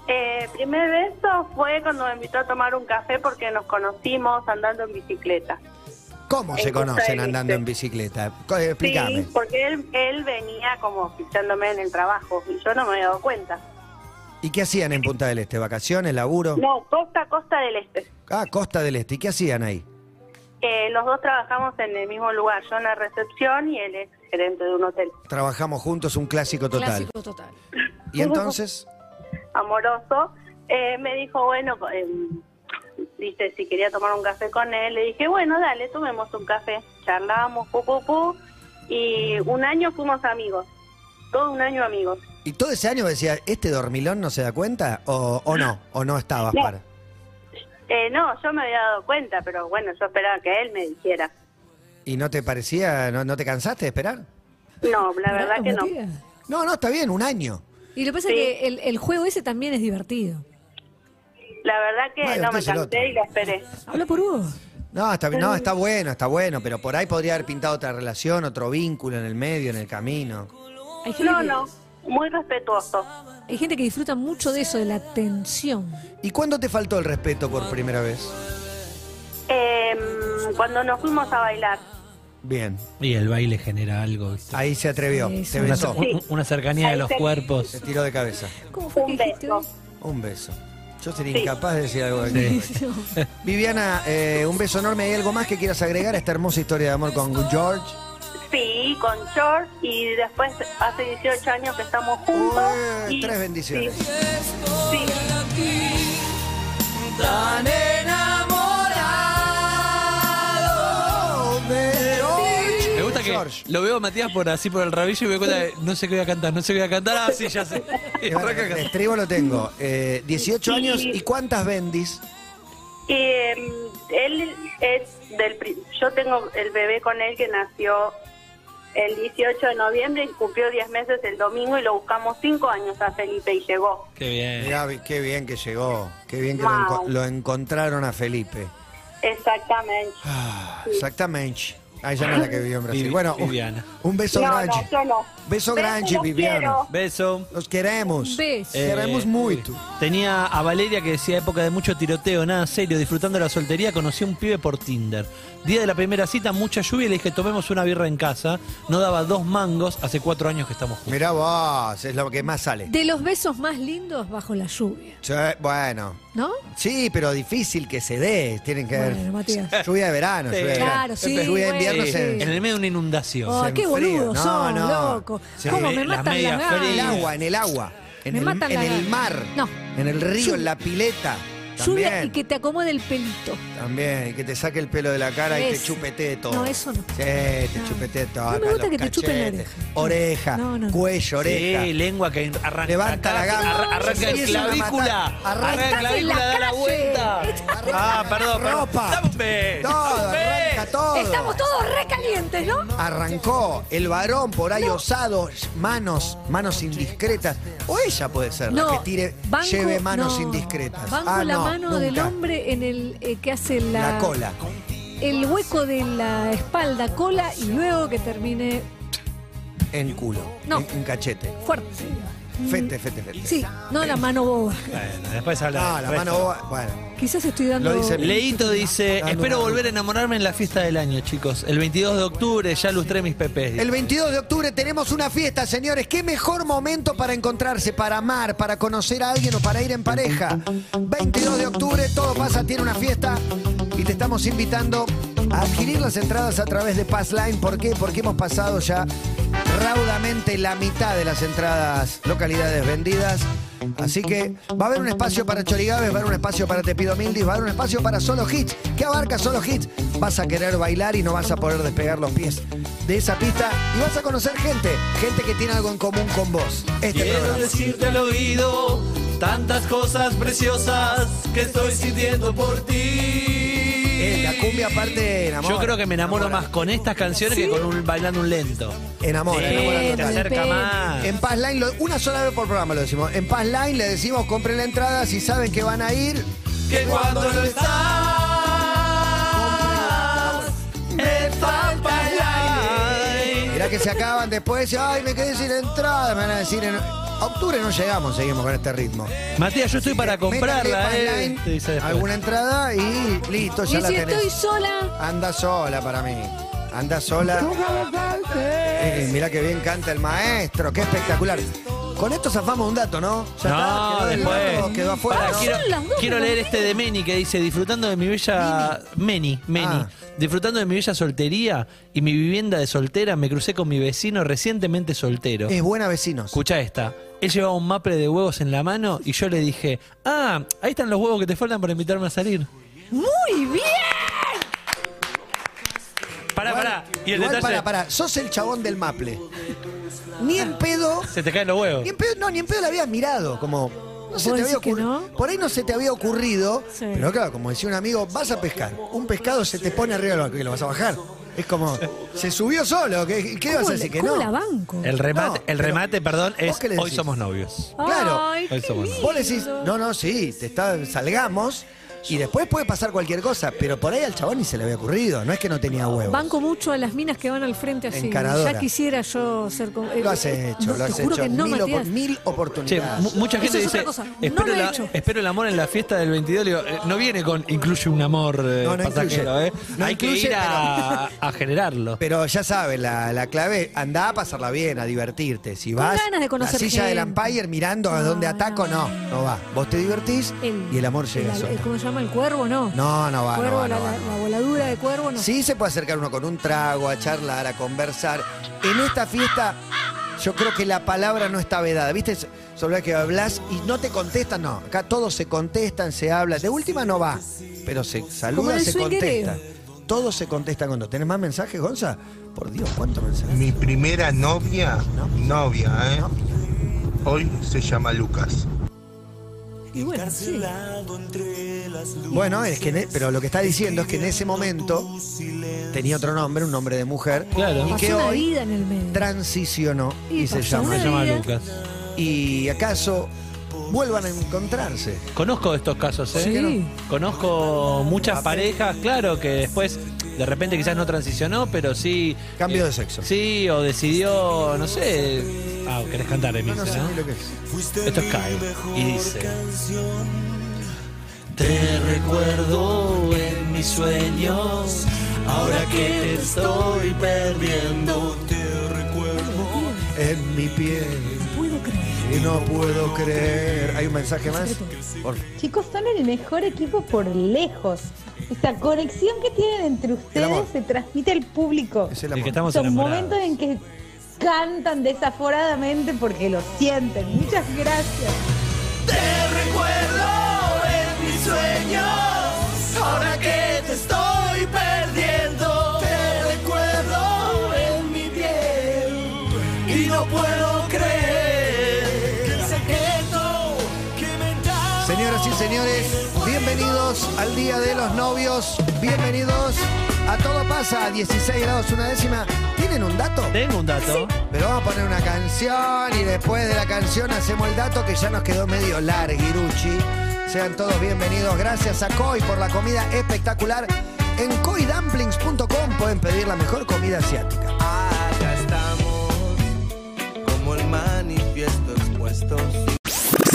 M: eh, primer beso fue cuando me invitó a tomar un café porque nos conocimos andando en bicicleta.
B: ¿cómo se
M: En Costa del
B: conocen
M: Este.
B: andando en bicicleta? Co- eh, Explícame.
M: Sí, porque él, él venía como fichándome en el trabajo y yo no me había dado cuenta.
B: ¿Y qué hacían en Punta del Este? ¿Vacaciones, laburo?
M: No, costa a costa del Este.
B: Ah, Costa del Este. ¿Y qué hacían ahí?
M: Eh, los dos trabajamos en el mismo lugar, yo en la recepción y él es gerente de un hotel.
B: Trabajamos juntos, un clásico total.
E: Clásico total.
B: ¿Y entonces?
M: amoroso, eh, me dijo, bueno, eh, dice si quería tomar un café con él. Le dije, bueno, dale, tomemos un café. Charlamos, pu, pu, pu, y un año fuimos amigos, todo un año amigos.
B: ¿Y todo ese año decía, este dormilón no se da cuenta? ¿O, o no? ¿O no estabas
M: No.
B: para?
M: Eh, no, yo me había dado cuenta, pero bueno, yo esperaba que él me dijera.
B: ¿Y no te parecía, no, no te cansaste de esperar?
M: No, la
E: Pará,
M: verdad que no.
E: Matías.
B: No, no, está bien, un año.
E: Y lo que pasa
M: Sí.
E: es que el, el juego ese también es divertido.
M: La verdad que
B: Bueno,
M: no me
B: entonces el otro.
M: cansé y la esperé.
E: Habla por vos.
B: No, está, bien, no, está bueno, está bueno, pero por ahí podría haber pintado otra relación, otro vínculo en el medio, en el camino.
E: Hay gente
M: No,
E: que-
M: no, muy respetuoso.
E: Hay gente que disfruta mucho de eso, de la tensión.
B: ¿Y cuándo te faltó el respeto por primera vez?
M: Eh, cuando nos fuimos a bailar,
B: Bien.
D: Y el baile genera algo. ¿viste?
B: Ahí se atrevió,
E: Sí,
B: te
E: sí.
D: Una,
B: besó.
D: un- una cercanía de
M: Ahí
D: los
M: se-
D: cuerpos.
B: Se tiró de cabeza.
E: ¿Cómo fue
M: un
E: que dijiste
M: beso.
B: Un beso. Yo sería
M: Sí.
B: incapaz de decir algo aquí.
E: eso?
B: Viviana, eh, un beso enorme. ¿Hay algo más que quieras agregar a esta hermosa historia de amor con George?
M: Sí, con short y después hace 18 años que estamos juntos.
B: Eh,
M: y-
B: tres bendiciones.
M: Sí, sí.
B: Tan enamorado
D: Me gusta que lo veo a Matías por así por el rabillo y me cuenta que no sé qué voy a cantar, no sé qué voy a cantar. Ah, sí, ya sé. Y arranca a
B: El
D: cantar.
B: estribo lo tengo. Eh, 18
M: Sí.
B: años y cuántas bendis.
M: Y, em, él es del. pri- Yo tengo el bebé con él que nació el 18 de noviembre y cumplió 10 meses el domingo y lo buscamos 5 años a Felipe y llegó.
D: Qué bien.
B: Mirá, vi- qué bien que llegó. Qué bien que lo,
M: Wow.
B: enco- lo encontraron a Felipe.
M: Exactamente.
B: Ah, exactamente. Ahí ya no es la que vivió en Brasil.
D: Vivi-
B: Bueno, un,
D: Viviana.
B: un beso
M: no,
B: grande.
M: no, yo no. Beso,
B: Beso grande,
M: los
B: Viviana.
M: quiero.
D: Beso.
B: Los queremos.
E: Beso.
B: Queremos
D: Eh,
B: mucho.
D: Tenía a Valeria que decía época de mucho tiroteo, nada serio, disfrutando la soltería, conocí a un pibe por Tinder. Día de la primera cita, mucha lluvia y le dije tomemos una birra en casa. No daba dos mangos, hace cuatro años que estamos juntos.
B: Mirá vos, es lo que más sale.
E: De los besos más lindos bajo la lluvia,
B: Sí, bueno,
E: ¿no?
B: sí, pero difícil que se dé. Tienen que
E: Bueno,
B: ver.
E: Matías.
B: Lluvia de verano,
D: Sí.
B: lluvia de verano.
E: Claro, sí,
B: Lluvia de
E: bueno,
B: invierno
E: sí.
B: se-
D: En el medio de una inundación.
E: Oh,
B: se
E: qué
B: enfría.
E: boludo
B: No,
E: son,
B: no.
E: loco.
B: Sí,
E: ¿Cómo me
D: las
E: matan
D: medias
E: las ganas?
B: En el
D: frías.
B: agua, en el agua. En,
E: Me
B: el,
E: matan
B: en
E: la
B: el
E: gana.
B: mar.
E: No.
B: En el río, en
E: Lluvia.
B: la pileta. También,
E: Lluvia y que te acomode el pelito.
B: también, y que te saque el pelo de la cara y te
E: Eso.
B: chupete todo.
E: No, eso no.
B: Sí, te
E: No.
B: chupete todo.
E: No me
B: acá
E: gusta
B: los
E: que te chupen la
B: cachetes,
E: oreja.
B: Oreja,
E: No, no, no.
B: cuello, oreja.
D: Sí, lengua que arranca.
B: Levanta la
D: acá,
B: gama.
D: arra- Arranca
B: Sí,
D: el
B: es una
D: clavícula.
B: matada.
D: Arranca
E: Estás
D: el
E: en
D: clavícula,
E: la
D: da la
E: calle.
D: vuelta. Ah, perdón, perdón.
B: Ropa.
D: Dame un beso,
B: Todo,
D: dame un beso.
B: arranca todo.
E: Estamos todos recalientes, ¿no?
B: Arrancó el varón por ahí osado, manos, manos indiscretas. O ella puede ser la que tire,
E: banco-
B: lleve manos
E: no.
B: indiscretas.
E: Banco
B: Ah,
E: la
B: no,
E: mano del
B: nunca.
E: hombre en el eh, que hace la,
B: La cola.
E: El hueco de la espalda, cola y luego que termine
B: En culo.
E: No.
B: En, en cachete.
E: fuerte.
B: Fete, fete, fete.
E: Sí, no la mano boba.
N: Bueno, después habla.
B: Ah,
N: del
B: la
N: resto.
B: mano boba. Bueno.
E: Quizás estoy dando.
D: Leito dice,
B: Dando
D: espero
B: una-
D: volver a enamorarme en la fiesta del año, chicos. El 22 de octubre ya lustré mis pepes.
B: El 22 de octubre tenemos una fiesta, señores. ¿Qué mejor momento para encontrarse, para amar, para conocer a alguien o para ir en pareja? 22 de octubre, todo pasa, tiene una fiesta y te estamos invitando a adquirir las entradas a través de Passline. ¿Por qué? Porque hemos pasado ya raudamente la mitad de las entradas localidades vendidas. Así que va a haber un espacio para Chorigaves, va a haber un espacio para Te Pido Mildis, va a haber un espacio para Solo Hits. ¿Qué abarca Solo Hits? Vas a querer bailar y no vas a poder despegar los pies de esa pista y vas a conocer gente, gente que tiene algo en común con vos. Este
O: Quiero
B: programa.
O: decirte al oído tantas cosas preciosas que estoy sintiendo por ti.
B: Eh, la cumbia aparte enamora.
D: Yo creo que me enamoro más con estas canciones que con un bailando un lento.
B: Enamora,
D: Sí,
B: enamora
D: te
B: total.
D: acerca más.
B: En Paz Line, lo- una sola vez por programa lo decimos. En Paz Line le decimos compren la entrada si saben que van a ir.
O: Que cuando no estás, me falta el aire.
B: Mirá que se acaban después, ay, me quedé sin entrada, me van a decir en a octubre no llegamos, seguimos con este ritmo.
D: Matías, yo estoy para comprarla,
B: métele
D: eh.
B: Pipeline,
D: Te dice después.
B: alguna entrada y listo, ya
E: Y
B: la
E: si
B: tenés.
E: estoy sola.
B: Anda sola para mí. Anda sola. Eh, mirá que bien canta el maestro, qué espectacular. Con esto zafamos un dato, ¿no? Ya
D: No,
B: está, quedó el
D: después.
B: dato, quedó afuera.
D: Pará,
B: ¿no?
D: quiero, quiero leer este de Meni que dice, disfrutando de mi bella... Meni, Meni.
B: Ah.
D: Disfrutando de mi bella soltería y mi vivienda de soltera, me crucé con mi vecino recientemente soltero.
B: Es buena vecinos.
D: Escucha esta. Él llevaba un maple de huevos en la mano y yo le dije, ah, ahí están los huevos que te faltan para invitarme a salir.
E: ¡Muy bien!
D: Pará, pará. Y el
B: Igual,
D: detalle...
B: pará, pará. Sos el chabón del maple. Ni en pedo.
D: Se te caen los huevos.
B: Ni en pedo, no, ni en pedo la habías mirado. Como. No se
E: ¿Vos
B: te
E: decís
B: había
E: que
B: ocurrido. Por ahí no se te había ocurrido. Pero claro, como decía un amigo, vas a pescar. Un pescado se te pone arriba del barco y lo vas a bajar. Es como. Se subió solo. ¿Qué, qué vas a
E: ¿Cómo
B: decir que
E: le- cómo
B: no? Eh,
E: la banco?
D: El remate,
B: No,
D: el
B: pero-
D: remate perdón, es
B: qué le
D: hoy
B: decís?
D: somos novios.
B: Claro.
D: Ay, qué
B: Vos le decís, no, no, sí, te está, salgamos. Y después puede pasar cualquier cosa, pero por ahí al chabón ni se le había ocurrido. No es que no tenía huevos.
E: Banco mucho a las minas que van al frente así.
B: Encaradora.
E: Ya quisiera yo ser como.
B: Lo has hecho, lo
E: te
B: has
E: juro
B: hecho.
E: que no,
B: mil, opor-
E: Matías.
B: mil
D: Che,
B: oportunidades.
D: mu- mucha gente
E: Eso es
D: dice,
E: otra cosa. No
D: espero,
E: lo he
D: la-
E: hecho".
D: espero el amor en la fiesta del 22. Le digo, eh, no viene con incluye un amor eh,
B: No, no
D: pasajero,
B: incluye.
D: ¿eh?
B: No
D: Hay
B: incluye,
D: que ir a, a generarlo.
B: Pero ya sabes, la, la clave, anda a pasarla bien, a divertirte. Si vas
E: ganas de conocer
B: la silla del
E: gente.
B: Empire mirando a dónde ataco, no, no va. Vos te divertís y el amor llega
E: La-
B: solo.
E: ¿Cómo se llama? ¿El cuervo? No.
B: No, no va, no
E: Cuervo,
B: va,
E: la,
B: no va,
E: la-
B: no
E: la voladura de cuervo, no.
B: va. Sí se puede acercar uno con un trago, a charlar, a conversar. En esta fiesta yo creo que la palabra no está vedada. ¿Viste? Solo que hablas y no te contestan, no. Acá todos se contestan, se habla. De última no va, pero se
E: Como en
B: saluda,
E: el
B: se
E: swinguereo.
B: contesta. Todo se contesta cuando. ¿Tenés más mensajes, Gonza? Por Dios, ¿cuántos mensajes?
P: Mi primera novia, novia, ¿eh? Hoy se llama Lucas.
E: Y bueno, sí.
B: Bueno, es que en e- pero lo que está diciendo es que en ese momento tenía otro nombre, un nombre de mujer, y
E: Pasó
B: que
E: una
B: hoy
E: vida en el medio.
B: transicionó y,
E: Y
B: se
E: pasó
B: llama,
E: una Se llama vida. Lucas.
B: Y acaso vuelvan a encontrarse.
D: Conozco de estos casos, ¿eh?
B: Sí.
D: Conozco muchas parejas, claro, que después de repente quizás no transicionó, pero sí.
B: Cambio
D: eh,
B: de sexo.
D: Sí, o decidió, no sé. Ah, querés cantar, Emilce,
B: no sé
D: ¿no?
B: ni lo que es.
D: Esto es Kyle. Y dice. Te
O: recuerdo en mis sueños, ahora que te estoy perdiendo, te recuerdo.
B: En mi piel.
E: Puedo
B: creer. Y no puedo creer. ¿Hay un mensaje más? Por-
Q: Chicos, son el mejor equipo por lejos. Esa conexión que tienen entre ustedes se transmite al público.
B: Es el amor. El que estamos
Q: Son
B: enamorados.
Q: momentos en que cantan desaforadamente porque lo sienten. Muchas gracias.
O: Te recuerdo en mis sueños, ahora que te estoy perdiendo, te recuerdo en mi piel y no puedo creer que el secreto que me da
B: Señoras y señores, bienvenidos al Día de los Novios. Bienvenidos a Todo Pasa, 16 grados, una décima. ¿Tienen un dato?
D: Tengo un dato.
B: Pero vamos a poner una canción y después de la canción hacemos el dato que ya nos quedó medio larguiruchi. Sean todos bienvenidos. Gracias a Koi por la comida espectacular. En koidumplings.com pueden pedir la mejor comida asiática.
O: Acá estamos, como el manifiesto expuesto.
N: gestos.